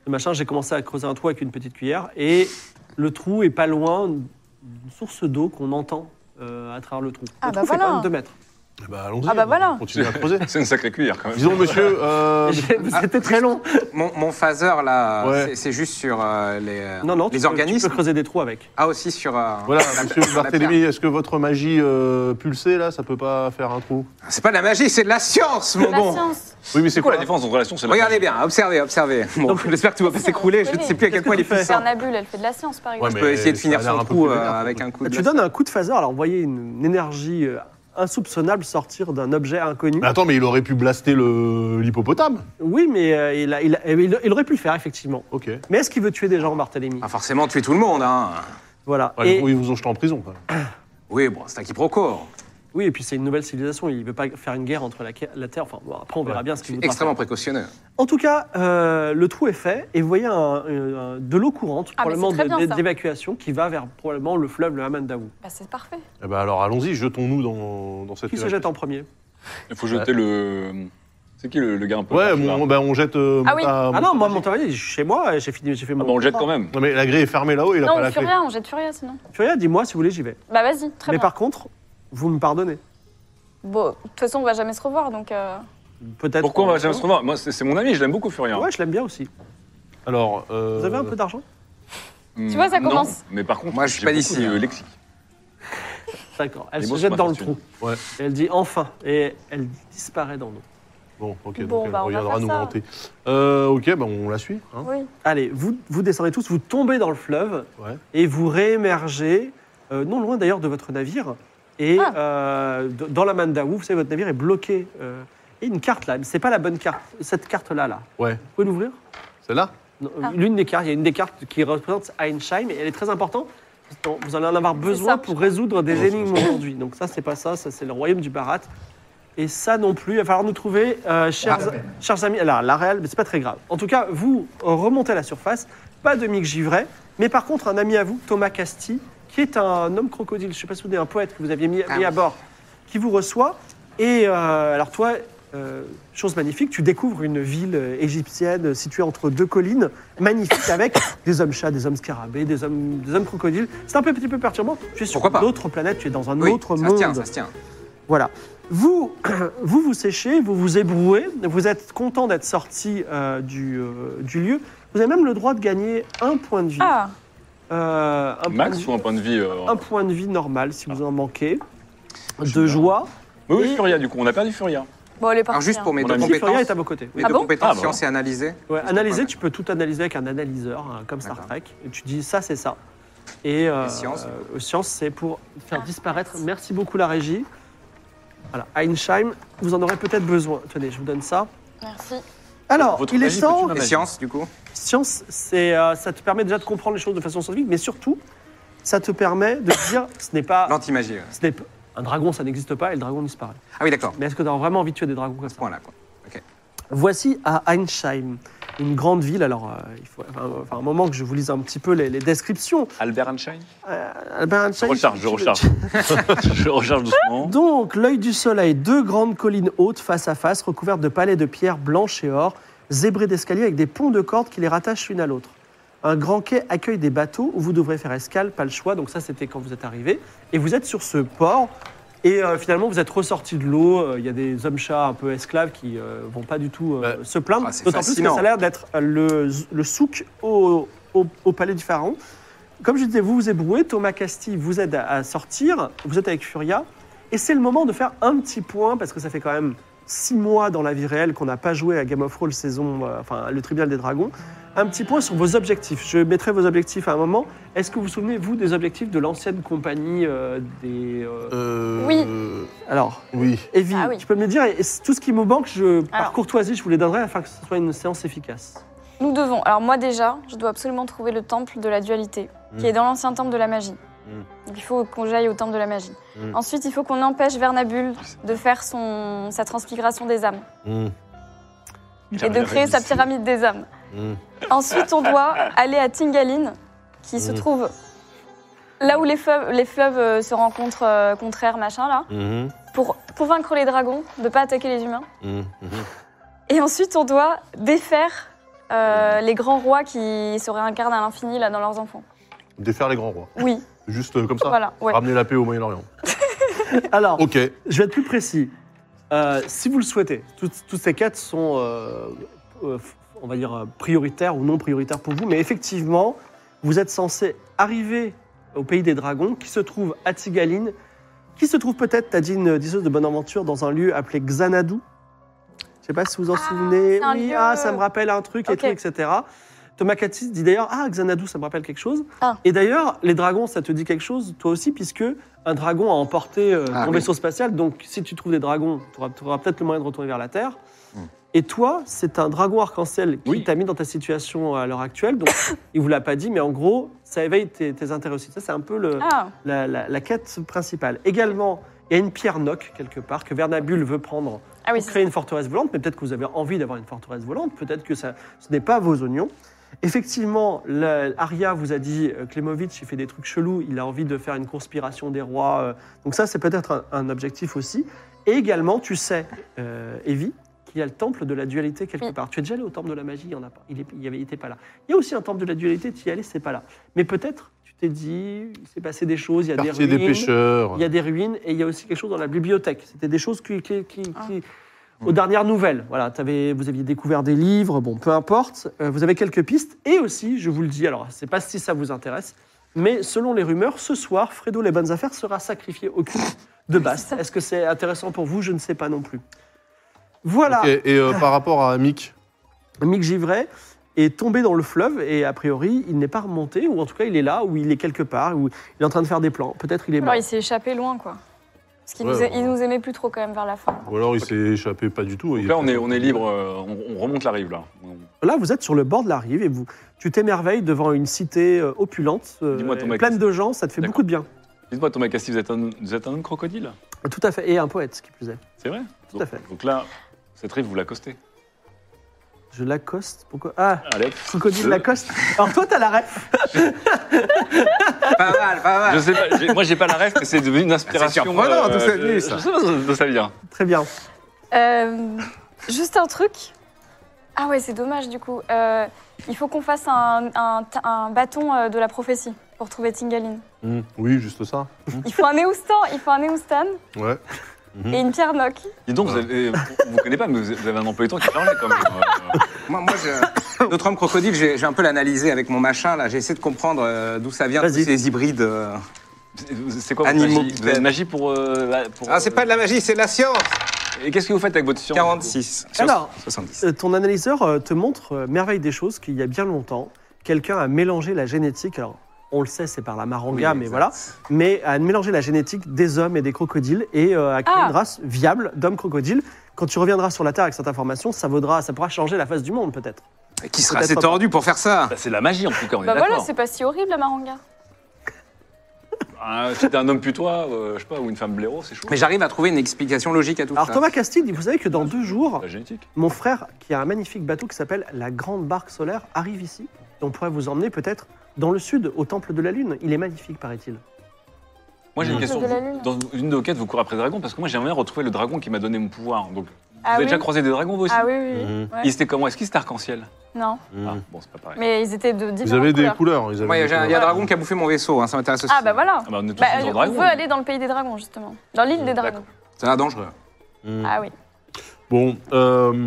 S1: le machin, j'ai commencé à creuser un trou avec une petite cuillère. Et le trou est pas loin d'une source d'eau qu'on entend euh, à travers le trou.
S5: Ah,
S1: le
S5: bah
S1: trou fait
S5: voilà.
S1: quand même 2 mètres.
S3: Eh ben, allons-y.
S5: Ah bah
S3: on
S5: voilà.
S3: Continue à creuser.
S2: C'est une sacrée cuillère quand même.
S3: Disons, monsieur. euh,
S1: C'était très long.
S4: Mon, mon phaser, là,
S3: Ouais.
S4: c'est- c'est juste sur euh, les,
S1: Non, non, tu
S4: les
S1: peux-
S4: organismes.
S1: Tu peux creuser des trous avec.
S4: Ah, aussi sur. euh,
S3: Voilà,
S4: la-
S3: monsieur
S4: sur la
S3: Barthélemy,
S4: pierre.
S3: est-ce que votre magie euh, pulsée, là, ça peut pas faire un trou
S4: C'est pas de la magie, c'est de la science, mon
S5: La
S4: bon.
S5: science.
S3: Oui, mais c'est
S2: C'est quoi
S3: quoi
S2: la différence entre relation C'est la
S4: Regardez bien, observez, observez. Bon, j'espère que tout va pas
S5: Si, on
S4: s'écrouler, je
S5: connaît.
S4: ne sais plus à quel
S1: Qu'est-ce
S4: point
S1: que
S4: il est
S1: tu fais
S4: puissant.
S5: Cernabule, elle fait de la science, par exemple.
S3: Ouais,
S4: Je
S3: mais
S4: peux essayer de
S3: ça
S4: finir
S3: a l'air
S4: son
S3: un peu
S4: trou euh,
S3: plus vénère,
S4: avec
S3: quoi.
S4: un coup de.
S1: Bah, Tu donnes un coup de phaser, alors vous voyez une, une énergie euh, insoupçonnable sortir d'un objet inconnu.
S3: Mais
S2: Ah.
S3: attends, mais il aurait pu blaster le- l'hippopotame.
S1: Oui, mais euh, il, a- il a- il- il aurait pu le faire, effectivement.
S3: Ok.
S1: Mais est-ce qu'il veut tuer des gens, Barthélemy
S4: Ah, forcément, tuer tout le monde, hein.
S1: Voilà.
S3: Ouais,
S1: et,
S3: Ils vous ont jeté en prison. quoi.
S4: Oui, bon, c'est un quiproquo.
S1: Oui, et puis c'est une nouvelle civilisation. Il ne veut pas faire une guerre entre la, la Terre. Enfin, bon, après, on verra bien ce qu'il veut pas
S4: Extrêmement
S1: faire.
S4: précautionneux.
S1: En tout cas, euh, le trou est fait et vous voyez un- un- de l'eau courante,
S5: Ah, mais
S1: probablement
S5: c'est très
S1: de-
S5: bien,
S1: de-
S5: ça.
S1: d'évacuation, qui va vers probablement le fleuve, le Hamandaou.
S5: Bah, c'est parfait.
S3: Eh ben alors, allons-y, jetons-nous dans, dans cette.
S1: Qui se jette en premier
S2: Il faut jeter le. euh, C'est qui le, le gars un peu
S3: Ouais,
S2: je sais
S3: mon-
S2: pas.
S3: ben, on jette. euh,
S5: Ah oui.
S3: ta-
S1: Ah non, moi, mon travail, je suis chez moi, j'ai fini, j'ai fait
S2: Ah
S1: mon.
S2: bah, on le jette
S1: contrat.
S2: quand même.
S3: Non, mais la grille est fermée là-haut, il a
S5: non,
S3: pas
S5: on
S3: la
S5: fait
S3: clé.
S5: rien, on jette Furia sinon.
S1: Furia, dis-moi si vous voulez, j'y vais.
S5: Bah, vas-y, très
S1: Mais
S5: bien.
S1: par contre, vous me pardonnez.
S5: Bon, de toute façon, on va jamais se revoir, donc. euh,
S1: Peut-être.
S2: Pourquoi on va jamais se hein revoir Moi, c'est c'est mon ami, je l'aime beaucoup, Furien.
S1: Ouais, je l'aime bien aussi.
S3: Alors. euh,
S1: Vous avez un peu d'argent
S2: Tu
S5: vois, ça commence.
S2: Hmm. mais par contre,
S4: Moi, je suis
S2: j'ai
S4: pas
S2: beaucoup
S4: d'ici,
S2: de
S4: hein.
S2: lexique.
S1: D'accord. Elle
S2: Les
S1: se
S2: mots
S1: jette
S2: sont
S1: dans le
S2: infortunés.
S1: trou.
S3: Ouais.
S1: Et elle dit enfin. Et elle disparaît dans l'eau.
S3: Bon, ok, donc
S5: Bon,
S3: elle
S5: bah, on va
S3: reviendra
S5: faire
S3: nous
S5: ça.
S3: hanter. Euh, ok, ben on la suit. hein.
S5: Oui.
S1: Allez, vous, vous descendez tous, vous tombez dans le fleuve
S3: Ouais.
S1: et vous réémergez, euh, non loin d'ailleurs de votre navire. Et
S5: Ah.
S1: euh, d- dans la Mandaou, vous savez, votre navire est bloqué. euh, et une carte là, mais c'est pas la bonne carte. Cette carte-là, là.
S3: Ouais.
S1: Vous pouvez l'ouvrir
S3: Celle-là
S1: Non, euh,
S5: Ah.
S1: L'une des cartes, il y a une des cartes qui représente Einsheim et elle est très importante. Dont Vous allez en avoir besoin
S5: ça.
S1: pour résoudre des énigmes aujourd'hui. Donc ça, c'est pas ça, ça c'est le royaume du Barat. Et ça non plus, il va falloir nous trouver, euh, chers, chers amis, là, la réelle, mais c'est pas très grave. En tout cas, vous euh, remontez à la surface, pas de Mick Givray, mais par contre un ami à vous, Thomas Casti, qui est un homme crocodile, je sais pas si vous souvenez, un poète que vous aviez mis,
S4: Ah
S1: mis à
S4: oui.
S1: bord, qui vous reçoit. Et euh, alors toi, euh, chose magnifique, tu découvres une ville euh, égyptienne située entre deux collines, magnifique, avec des hommes chats, des hommes scarabées, des hommes, des hommes crocodiles. C'est un peu, petit peu perturbant. Tu es sur
S4: Pourquoi pas
S1: une autre planète, tu es dans un
S4: Oui,
S1: autre
S4: ça
S1: monde.
S4: se tient, ça se tient.
S1: Voilà. Vous, vous vous séchez, vous vous ébrouez, vous êtes content d'être sorti euh, du, euh, du lieu. Vous avez même le droit de gagner un point de vie.
S5: Ah,
S1: Euh, un, point de
S2: Max
S1: vie
S2: ou un point de vie euh,
S1: un point de vie normal si
S4: Ah.
S1: vous en manquez.
S2: je
S1: De
S2: suis
S1: joie.
S2: Mais oui, Furia, du coup, on a perdu Furia.
S5: bon, elle est partie.
S4: Alors, juste
S5: hein.
S4: pour mes
S2: Mon
S4: deux
S2: ami.
S1: Si Furia
S4: compétences,
S1: est à vos côtés.
S4: mes
S5: Ah
S4: deux
S5: bon
S2: Ah
S4: compétences,
S2: bon.
S4: science et analyser.
S1: Ouais,
S4: C'est
S1: analyser,
S4: pas mal.
S1: tu peux tout analyser avec un analyseur, hein, comme Star
S4: D'accord.
S1: Trek. Et tu dis ça, c'est ça. Et, euh,
S4: Et science
S1: euh, science, c'est pour faire disparaître. Merci beaucoup la régie. Voilà, Einsheim, vous en aurez peut-être besoin. Tenez, je vous donne ça.
S5: hein. Merci.
S1: Alors,
S2: Votre
S1: il est
S2: magie peut-tu
S1: temps.
S2: m'amener
S4: Et science, du coup
S1: Science, c'est, euh, ça te permet déjà de comprendre les choses de façon scientifique, mais surtout, ça te permet de dire ce n'est pas.
S4: L'anti-magie. ouais.
S1: Ce n'est pas un dragon, ça n'existe pas et le dragon disparaît.
S4: Ah oui, d'accord.
S1: Mais est-ce que tu as vraiment envie de tuer des dragons comme ça
S4: Point là, quoi.
S1: Voici à Einsheim, une grande ville. Alors, euh, il faut enfin, euh, enfin, un moment que je vous lise un petit peu les, les descriptions.
S2: Albert Einstein
S1: Euh, Albert
S2: Je
S1: Einstein-
S2: recharge, je
S1: tu-
S2: recharge. je recharge doucement.
S1: Donc, l'œil du soleil, deux grandes collines hautes face à face, recouvertes de palais de pierre blanche et or, zébrées d'escaliers avec des ponts de cordes qui les rattachent l'une à l'autre. Un grand quai accueille des bateaux où vous devrez faire escale, pas le choix. Donc, ça, c'était quand vous êtes arrivé. Et vous êtes sur ce port. Et euh, finalement, vous êtes ressorti de l'eau. Euh, Il y a des hommes chats un peu esclaves qui euh, vont pas du tout euh,
S3: Ouais.
S1: se plaindre.
S4: Ah, c'est
S1: D'autant plus que
S4: fascinant.
S1: ça a l'air d'être euh, le, le souk au, au- au palais du pharaon. Comme je disais, vous vous ébrouez. Thomas Castille vous aide à, à sortir. Vous êtes avec Furia. Et c'est le moment de faire un petit point, parce que ça fait quand même six mois dans la vie réelle qu'on n'a pas joué à Game of Thrones saison, euh, enfin le Tribunal des Dragons. Un petit point sur vos objectifs. Je mettrai vos objectifs à un moment. Est-ce que vous vous souvenez, vous, des objectifs de l'ancienne compagnie euh, des. euh,
S3: Euh,
S5: Oui.
S3: euh,
S1: Alors,
S3: Oui.
S1: Evie,
S5: Ah oui.
S1: tu peux me dire, et- et tout ce qui me manque, je, par
S5: Alors.
S1: courtoisie, je vous les donnerai afin que ce soit une séance efficace.
S5: Nous devons. Alors, moi, déjà, je dois absolument trouver le temple de la dualité,
S3: Mm.
S5: qui est dans l'ancien temple de la magie.
S3: Mm.
S5: Donc, il faut qu'on j'aille au temple de la magie.
S3: Mm.
S5: Ensuite, il faut qu'on empêche Vernabule de faire son... sa transfiguration des âmes
S3: Mmh,
S5: et de créer sa pyramide des âmes.
S3: mmh.
S5: Ensuite, on doit aller à Tingaline, qui se
S3: Mm.
S5: trouve là où les fleuves, les fleuves euh, se rencontrent euh, contraires, machin, là,
S3: Mhm,
S5: pour convaincre les dragons de ne pas attaquer les humains.
S3: mhm, mhm.
S5: Et ensuite, on doit défaire
S3: Mm.
S5: euh, les grands rois qui se réincarnent à l'infini, là, dans leurs enfants.
S3: Défaire les grands rois.
S5: Oui,
S3: Juste euh, comme ça.
S5: voilà, ouais.
S3: Ramener la paix au Moyen-Orient.
S1: Alors,
S3: Ok.
S1: je vais être plus précis. Euh, si vous le souhaitez, toutes, toutes ces quêtes sont, euh, euh, on va dire, euh, prioritaires ou non prioritaires pour vous, mais effectivement, vous êtes censé arriver au pays des dragons qui se trouve à Tigaline, qui se trouve peut-être, t'as dit une diseuse de bonne aventure, dans un lieu appelé Xanadu. Je sais pas si vous vous en
S5: Ah,
S1: souvenez.
S5: c'est un
S1: Oui,
S5: lieu- euh,
S1: ah, ça me rappelle un truc, et
S5: Ok.
S1: tout, etc. Thomas Katis dit d'ailleurs Ah, Xanadu, ça me rappelle quelque chose.
S5: Ah.
S1: Et d'ailleurs, les dragons, ça te dit quelque chose, toi aussi, puisque un dragon a emporté euh,
S4: Ah
S1: ton
S4: oui.
S1: vaisseau spatial. Donc, si tu trouves des dragons, tu auras, peut-être le moyen de retourner vers la Terre.
S4: Hmm.
S1: Et toi, c'est un dragon arc-en-ciel qui
S2: Oui.
S1: t'a mis dans ta situation à l'heure actuelle. Donc, il vous l'a pas dit, mais en gros, ça éveille tes, tes intérêts aussi. Ça, c'est un peu le,
S5: Ah,
S1: la, la- la quête principale. Également, il y a une pierre noc quelque part que Vernabule veut prendre
S5: ah oui,
S1: pour créer une forteresse volante, mais peut-être que vous avez envie d'avoir une forteresse volante, peut-être que ça, ce n'est pas vos oignons. Effectivement, la- Arya vous a dit, euh, Klemovic, il fait des trucs chelous, il a envie de faire une conspiration des rois. euh, donc ça, c'est peut-être un, un objectif aussi. Et également, tu sais, euh, Evie, qu'il y a le temple de la dualité quelque
S5: Oui.
S1: part. Tu es déjà allé au temple de la magie, il n'y en a pas. Il n'y avait été pas là. Il y a aussi un temple de la dualité, tu y es allé, c'est pas là. Mais peut-être, tu t'es dit, il s'est passé des choses, il y a des
S3: Quartier des,
S1: ruines.
S3: pêcheurs.
S1: Il y a des ruines et il y a aussi quelque chose dans la bibliothèque. C'était des choses qui, qui- qui-
S5: Ah.
S1: qui- aux dernières nouvelles. Voilà, t'avais- vous aviez découvert des livres, bon, peu importe. Euh, vous avez quelques pistes et aussi, je vous le dis, alors c'est pas si ça vous intéresse, mais selon les rumeurs, ce soir, Fredo les bonnes affaires sera sacrifié au culte de Bast. Est-ce que c'est intéressant pour vous Je ne sais pas non plus. Voilà,
S3: Ok, Et, euh, par rapport à Mick,
S1: Mick Givray est tombé dans le fleuve et a priori, il n'est pas remonté ou en tout cas, il est là ou il est quelque part ou il est en train de faire des plans. Peut-être il est mort.
S5: Alors il s'est échappé loin, quoi. Parce qu'il
S3: Ouais,
S5: nous, a-
S3: ouais.
S5: il nous aimait plus trop quand même vers la fin.
S3: ou alors il s'est échappé pas du tout.
S2: Donc
S3: il
S2: là, on est, on est libre, euh, on, on remonte la rive là. On-
S1: Là, vous êtes sur le bord de la rive et vous, tu t'émerveilles devant une cité euh, opulente, euh,
S2: Dis-moi ton mec.
S1: pleine de gens, ça te fait
S2: D'accord.
S1: beaucoup de bien.
S2: Dites-moi, Thomas Cassis, vous êtes un, vous êtes un homme crocodile
S1: Tout à fait, et un poète, qui plus est.
S2: C'est vrai
S1: Tout à
S2: donc,
S1: fait.
S2: donc là, cette rive, vous l'accostez.
S1: Je Lacoste, pourquoi Ah,
S2: Allez, hop.
S1: crocodile
S2: Je-
S1: Lacoste. Alors toi, t'as la ref.
S4: Pas mal, pas
S2: Je
S4: mal.
S2: sais pas, j'ai- moi j'ai pas la ref, mais c'est devenu une inspiration.
S4: Ah,
S2: euh,
S4: surprenant, d'où ça vient,
S2: je-
S4: ça
S2: Je sais pas d'où ça vient.
S1: Très bien.
S5: Euh, juste un truc. Ah ouais, c'est dommage du coup. Euh, il faut qu'on fasse un, un- un bâton euh, de la prophétie pour trouver Tingaline.
S3: Hmm, Oui, juste ça.
S2: Hum.
S5: Il faut un Eustan, il faut un Eustan
S3: Ouais.
S5: et une pierre Noc.
S2: Dis donc, vous, avez, vous connaissez pas, mais vous vous avez un emploi du temps qui change quand même. Euh,
S4: Moi, moi, je- notre homme crocodile, j'ai j'ai un peu l'analysé avec mon machin, là. J'ai essayé de comprendre euh, d'où ça vient, tous
S1: Vas-y.
S4: ces hybrides. euh.
S2: c'est- C'est quoi votre
S4: Animaux
S2: magie Vous avez
S4: peut-être.
S2: une magie pour. euh, la- pour,
S4: Ah, c'est
S2: euh,
S4: pas de la magie, c'est de la science
S2: Et qu'est-ce que vous faites avec votre science
S4: 46. sur
S1: Alors.
S4: 70.
S1: Euh, ton analyseur euh, te montre euh, merveille des choses qu'il y a bien longtemps, quelqu'un a mélangé la génétique. Alors, on le sait, c'est par la maranga,
S4: Oui,
S1: mais
S4: exact.
S1: voilà. mais à mélanger la génétique des hommes et des crocodiles et euh, à créer
S5: Ah.
S1: une race viable d'hommes crocodiles. Quand tu reviendras sur la Terre avec cette information, ça, vaudra, ça pourra changer la face du monde peut-être.
S4: Et Qui sera
S1: Peut-être
S4: assez
S1: pas.
S4: tordu pour faire ça
S2: Bah, C'est la magie en tout cas, on est
S5: Bah voilà,
S2: d'accord.
S5: c'est pas si horrible la maranga.
S2: Ah, Si t'es un homme putois, euh, je sais pas, ou une femme blaireau, c'est chaud.
S4: Mais j'arrive à trouver une explication logique à tout
S1: Alors
S4: ça.
S1: Thomas Castille, vous savez que dans deux jours,
S2: La génétique.
S1: mon frère, qui a un magnifique bateau qui s'appelle la Grande Barque Solaire, arrive ici. Et on pourrait vous emmener peut-être dans le sud, au Temple de la Lune. Il est magnifique, paraît-il.
S2: Moi j'ai une
S5: Le
S2: question.
S5: de la lune.
S2: Dans une de vos quêtes, vous courez après dragon parce que moi j'aimerais bien retrouver le dragon qui m'a donné mon pouvoir. Donc, vous
S5: Ah
S2: avez
S5: oui.
S2: déjà croisé des dragons vous aussi Hum.
S5: Ah oui, oui. oui.
S3: Mhm.
S5: Ouais.
S2: Ils étaient comment Est-ce qu'ils étaient arc-en-ciel
S5: Non,
S1: Mmh.
S2: Ah,
S3: Hmm.
S2: bon, c'est pas pareil.
S5: mais ils étaient de
S3: Ils
S5: différentes
S3: avaient des
S5: couleurs.
S3: couleurs. Ils avaient
S4: Moi, il y
S3: des
S4: a, il y a un
S3: couleurs.
S4: dragon qui a bouffé mon vaisseau, hein, ça m'intéresse aussi.
S5: Ah bah voilà.
S2: Ah, bah, on est tous
S5: Bah,
S2: des
S5: on
S2: dragons.
S5: veut aller dans le pays des dragons justement, dans l'île des
S2: D'accord.
S5: dragons.
S4: C'est un dangereux.
S3: Hmm.
S5: Ah oui.
S3: Bon, euh,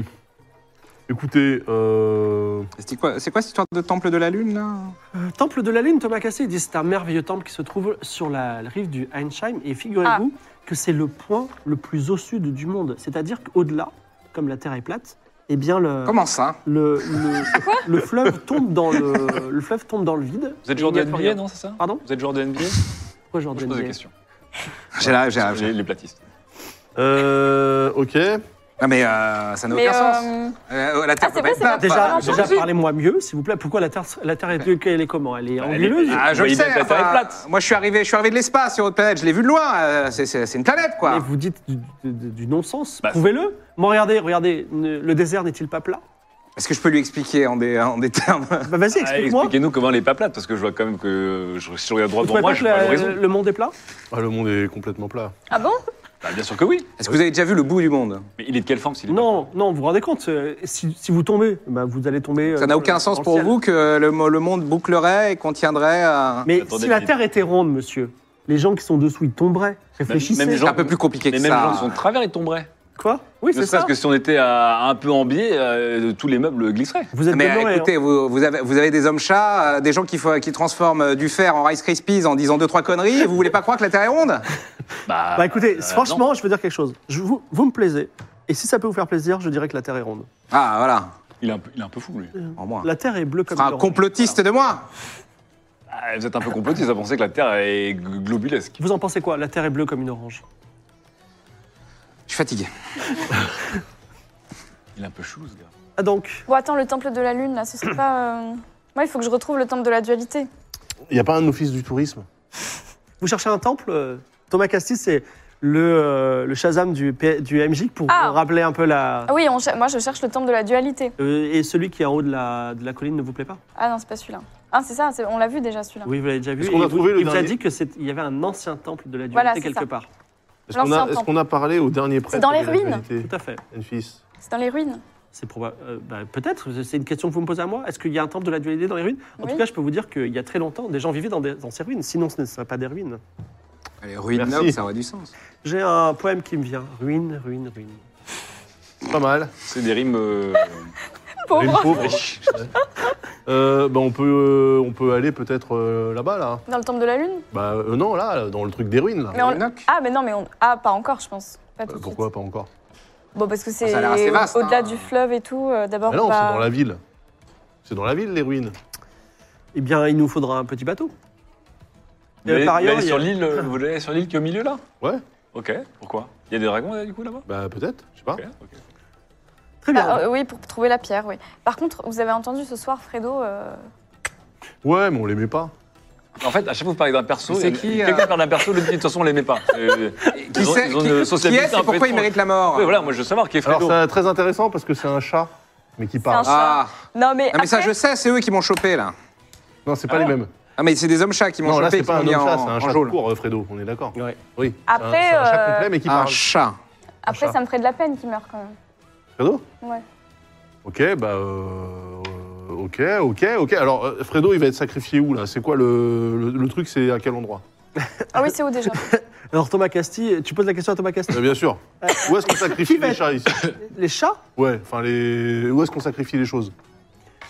S3: écoutez, euh,
S4: C'est quoi, c'est quoi cette histoire de temple de la lune, là
S1: Le Temple de la Lune, Thomas Cassé dit c'est un merveilleux temple qui se trouve sur la rive du Heinsheim. Et figurez-vous que c'est le point le plus au sud du monde. C'est-à-dire qu'au-delà, comme la Terre est plate, eh bien le,
S4: Comment ça
S1: le, le, le fleuve tombe dans le, le fleuve tombe dans le vide.
S2: Vous êtes joueur de
S1: Il n'y a plus
S2: NBA,
S1: rien.
S2: non, c'est ça
S1: Pardon
S2: Vous êtes joueur de NBA
S1: Pourquoi joueur
S2: Moi,
S1: de
S2: Je pose des
S1: NBA
S2: questions. Ah,
S4: J'ai la, j'ai
S1: Ah,
S4: la- j'ai-
S2: Les, les platistes.
S3: euh, ok.
S4: Non mais euh, ça n'a
S5: Mais
S4: aucun sens.
S5: euh,
S4: Euh, la
S5: ah,
S4: Terre peut
S5: c'est
S4: pas
S5: vrai,
S4: être
S5: c'est la
S4: plate.
S1: Déjà,
S5: Ah,
S1: déjà
S5: j'ai-
S1: parlez-moi mieux, s'il vous plaît. Pourquoi la Terre, la terre est, elle est comment Elle est
S2: Ben, Elle est-
S1: anguleuse
S4: Ah, je
S2: Bah,
S4: le
S2: il est-
S4: sais.
S2: la Terre est
S4: enfin,
S2: plate.
S4: Moi, je suis arrivé, je suis arrivé de l'espace sur votre planète. Je l'ai vu de loin. euh, c'est- c'est c'est une planète,
S1: Mais
S4: quoi.
S1: vous dites du, du- du non-sens.
S2: Bah,
S1: Prouvez-le. Moi, regardez, regardez, ne- le désert n'est-il pas plat
S4: Est-ce que je peux lui expliquer en des, en des termes
S1: bah, Vas-y,
S2: Ah,
S1: explique-moi.
S2: Expliquez-nous comment elle est pas plate, parce que je vois quand même que euh, je, si je regarde droit
S1: Vous trouvez
S2: devant moi,
S1: pas
S2: je
S1: que
S2: vois
S1: la-
S2: l'horizon.
S1: le monde est plat
S3: Ah, le monde est complètement plat.
S5: Ah bon
S2: Bah, bien sûr que oui.
S4: Est-ce que vous avez déjà vu le bout du monde
S2: Mais il est de quelle forme s'il est
S1: Non, non, vous vous rendez compte, euh, si, si vous tombez, bah, vous allez tomber. euh,
S4: Ça n'a
S1: dans
S4: aucun
S1: le-
S4: sens
S1: dans le
S4: pour
S1: ciel.
S4: vous que le, mo- le monde bouclerait et contiendrait. euh,
S1: Mais
S2: Attendez,
S1: si la
S2: Philippe.
S1: Terre était ronde, monsieur, les gens qui sont dessous, ils tomberaient. Réfléchissez.
S2: même les gens-
S4: C'est un peu plus compliqué
S2: Mais
S4: que
S2: même les
S4: ça.
S2: gens qui sont de travers, ils tomberaient.
S1: Quoi Oui,
S2: Ne
S1: c'est ça.
S2: serait-ce que si on était à- un peu en biais, euh, tous les meubles glisseraient.
S1: Vous êtes
S4: Mais
S1: demeurés, hein.
S4: écoutez, vous, vous avez, vous avez des hommes chats, euh, des gens qui, font- qui transforment euh, du fer en Rice Krispies en disant deux trois conneries. et vous voulez pas croire que la Terre est ronde
S1: Bah écoutez,
S2: euh,
S1: franchement, je veux dire quelque chose. Je vous, vous me plaisez. Et si ça peut vous faire plaisir, je dirais que la Terre est ronde.
S4: Ah voilà,
S2: non. Il, est un peu, il est un peu fou, lui.
S4: en moi.
S1: La Terre est bleue comme
S4: Sera un
S1: l'orange.
S4: complotiste de moi.
S2: Ah, vous êtes un peu complotiste à penser que la Terre est gl- globulesque.
S1: Vous en pensez quoi La Terre est bleue comme une orange.
S4: Je suis fatigué.
S2: Il est un peu chou, ce gars.
S1: Ah donc,
S5: Bon, attends, le temple de la lune, là, ce serait pas. euh, Moi, il faut que je retrouve le temple de la dualité.
S3: Il n'y a pas un office du tourisme
S1: vous cherchez un temple euh, Thomas Castis, c'est le, euh, le Shazam du, P- du MJ pour
S5: Ah.
S1: vous rappeler un peu la...
S5: Ah oui, on cher- moi, je cherche le temple de la dualité.
S1: Euh, et celui qui est en haut de la, de la colline ne vous plaît pas
S5: Ah non, c'est pas celui-là. Ah, c'est ça, c'est- on l'a vu déjà celui-là.
S1: Oui, vous l'avez déjà vu.
S3: Est-ce qu'on
S1: et
S3: a
S1: vous-
S3: trouvé le
S1: il vous a
S3: dernier
S1: dit qu'il y avait un ancien temple de la dualité
S5: Voilà, c'est
S1: quelque
S5: ça.
S1: part.
S3: Est-ce qu'on a,
S5: L'ancien
S3: est-ce
S5: temple.
S3: qu'on a parlé au dernier prêtre
S5: dans les
S3: de la
S5: ruines.
S3: dualité
S1: Tout à fait.
S3: Enfis.
S5: C'est dans les ruines.
S1: C'est probable. euh, bah, Peut-être, c'est une question que vous me posez à moi. Est-ce qu'il y a un temple de la dualité dans les ruines En
S5: Oui.
S1: tout cas, je peux vous dire qu'il y a très longtemps, des gens vivaient dans, des- dans ces ruines. Sinon, ce ne serait pas des ruines.
S4: Les ruines
S3: Merci.
S4: nobles, ça aurait du sens.
S1: J'ai un poème qui me vient. Ruine, ruine, ruine.
S3: Pas mal.
S2: C'est des rimes. euh,
S3: Une
S5: Pauvre.
S3: pauvre. Euh, bah, on, peut, euh, on peut aller peut-être euh, là-bas, là.
S5: Dans le temple de la lune
S3: Bah euh, non, là, dans le truc des ruines, là.
S5: Mais on-
S4: Enoch
S5: Ah, mais non, mais on. Ah, pas encore, je pense. Pas tout
S3: Euh,
S5: de
S3: Pourquoi pas encore
S5: suite. Bon, parce que
S4: Bah, Ah,
S5: c'est
S4: Ça a l'air assez vaste,
S5: au-delà
S4: hein.
S5: du fleuve et tout. euh, D'abord,
S3: Mais Non,
S5: on va-
S3: c'est dans la ville. C'est dans la ville, les ruines.
S1: Eh bien, il nous faudra un petit bateau.
S2: Vous allez-
S1: par
S2: vous
S1: ailleurs,
S2: allez
S1: il y
S2: sur
S1: a-
S2: l'île, euh, vous allez sur l'île qui est au milieu, là
S3: Ouais.
S2: Ok, pourquoi Il y a des dragons, là, du coup, là-bas
S3: Bah peut-être, je sais pas.
S2: Ok, ok.
S1: Très bien.
S5: Ah, euh, oui, pour trouver la pierre, oui. Par contre, vous avez entendu ce soir, Fredo. euh,
S3: Ouais, mais on les met pas.
S2: En fait, à chaque fois que vous parlez d'un perso,
S4: Mais c'est
S2: il y a-
S4: qui,
S2: quelqu'un
S4: euh
S2: parle d'un perso, l'autre dit de toute façon on l'aimait pas. Euh, ils
S4: Qui
S2: ont-
S4: c'est
S2: ils ont
S4: qui-
S2: une
S4: qui
S2: sociabilité
S4: est-ce
S2: un
S4: et
S2: peu
S4: pourquoi il
S2: étrange.
S4: mérite la mort
S2: Ouais, voilà, moi je veux savoir qui est
S3: Alors
S2: Fredo.
S3: c'est très intéressant parce que c'est un chat, mais qui parle.
S5: un chat.
S4: Ah,
S5: Non, mais.
S4: non, mais ça
S5: après-
S4: je sais, c'est eux qui m'ont chopé là.
S3: Non, c'est pas les mêmes.
S4: Ah mais c'est des hommes chats qui m'ont
S3: Non,
S4: chopé.
S3: là c'est
S4: et qui
S3: pas
S4: m'ont
S3: un homme
S4: mis
S3: chat,
S4: en-
S3: c'est
S4: en
S3: un chat
S4: geôle.
S3: tout court, euh, Fredo, on est d'accord.
S1: Ouais.
S3: Oui.
S5: Après,
S3: C'est un, c'est un chat
S5: euh,
S3: complet mais qui
S4: Un
S3: parle.
S4: chat.
S5: Après,
S3: chat.
S5: ça me ferait de la peine qu'il meure quand même.
S3: Fredo
S5: Ouais.
S3: Ok, bah. euh, Ok, ok, ok. Alors, euh, Fredo, il va être sacrifié où là C'est quoi le, le, le truc C'est à quel endroit
S5: Ah oui, c'est où déjà
S1: Alors, Thomas Casti, tu poses la question à Thomas Casti.
S3: Euh, Bien sûr. Où est-ce qu'on sacrifie
S1: Qui va
S3: les
S1: être-
S3: chats ici
S1: Les chats
S3: Ouais, enfin les. Où est-ce qu'on sacrifie les choses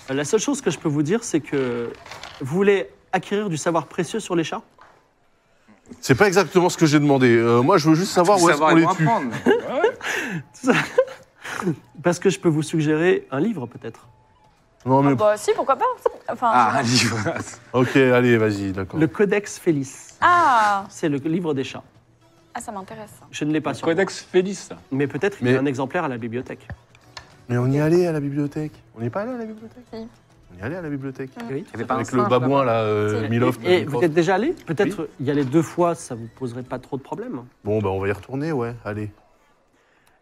S1: La seule chose que je peux vous dire, c'est que vous voulez acquérir du savoir précieux sur les chats
S3: C'est pas exactement ce que j'ai demandé. Euh, moi, je veux juste savoir où est-ce
S4: Savoir
S3: qu'on
S4: et
S3: les
S4: pour
S3: tue.
S4: apprendre.
S1: Parce que je peux vous suggérer un livre, peut-être.
S3: Non
S5: Ah
S3: mais.
S5: Bah, si, pourquoi pas Enfin.
S4: Ah,
S5: je-
S4: un livre.
S3: Ok, allez, vas-y, d'accord.
S1: Le Codex Félix.
S5: Ah,
S1: C'est le livre des chats.
S5: Ah, ça m'intéresse. ça.
S1: Je ne l'ai pas sur moi.
S2: Codex Félix.
S1: Mais peut-être il y
S3: Mais-
S1: a un exemplaire à la bibliothèque.
S3: Mais on y allait à la bibliothèque. On n'est pas allé à la bibliothèque
S5: Si.
S3: On y allait à la bibliothèque.
S1: Oui.
S4: Il y avait pas un
S3: Avec le
S4: singe,
S3: babouin
S4: là-bas
S3: là, euh,
S5: Si.
S3: Milov.
S1: Et vous
S3: Milov.
S1: êtes déjà allé Peut-être y aller deux fois, ça vous poserait pas trop de problèmes.
S3: Bon, bah on va y retourner, ouais, allez.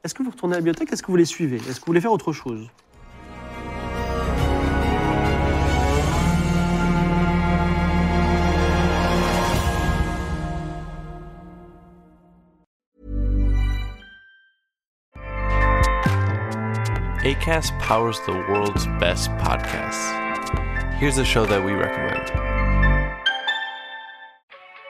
S1: Est-ce que vous retournez à la bibliothèque Est-ce que vous les suivez Est-ce que vous voulez faire autre chose
S7: ACAST powers the world's best podcasts. Here's a show that we recommend.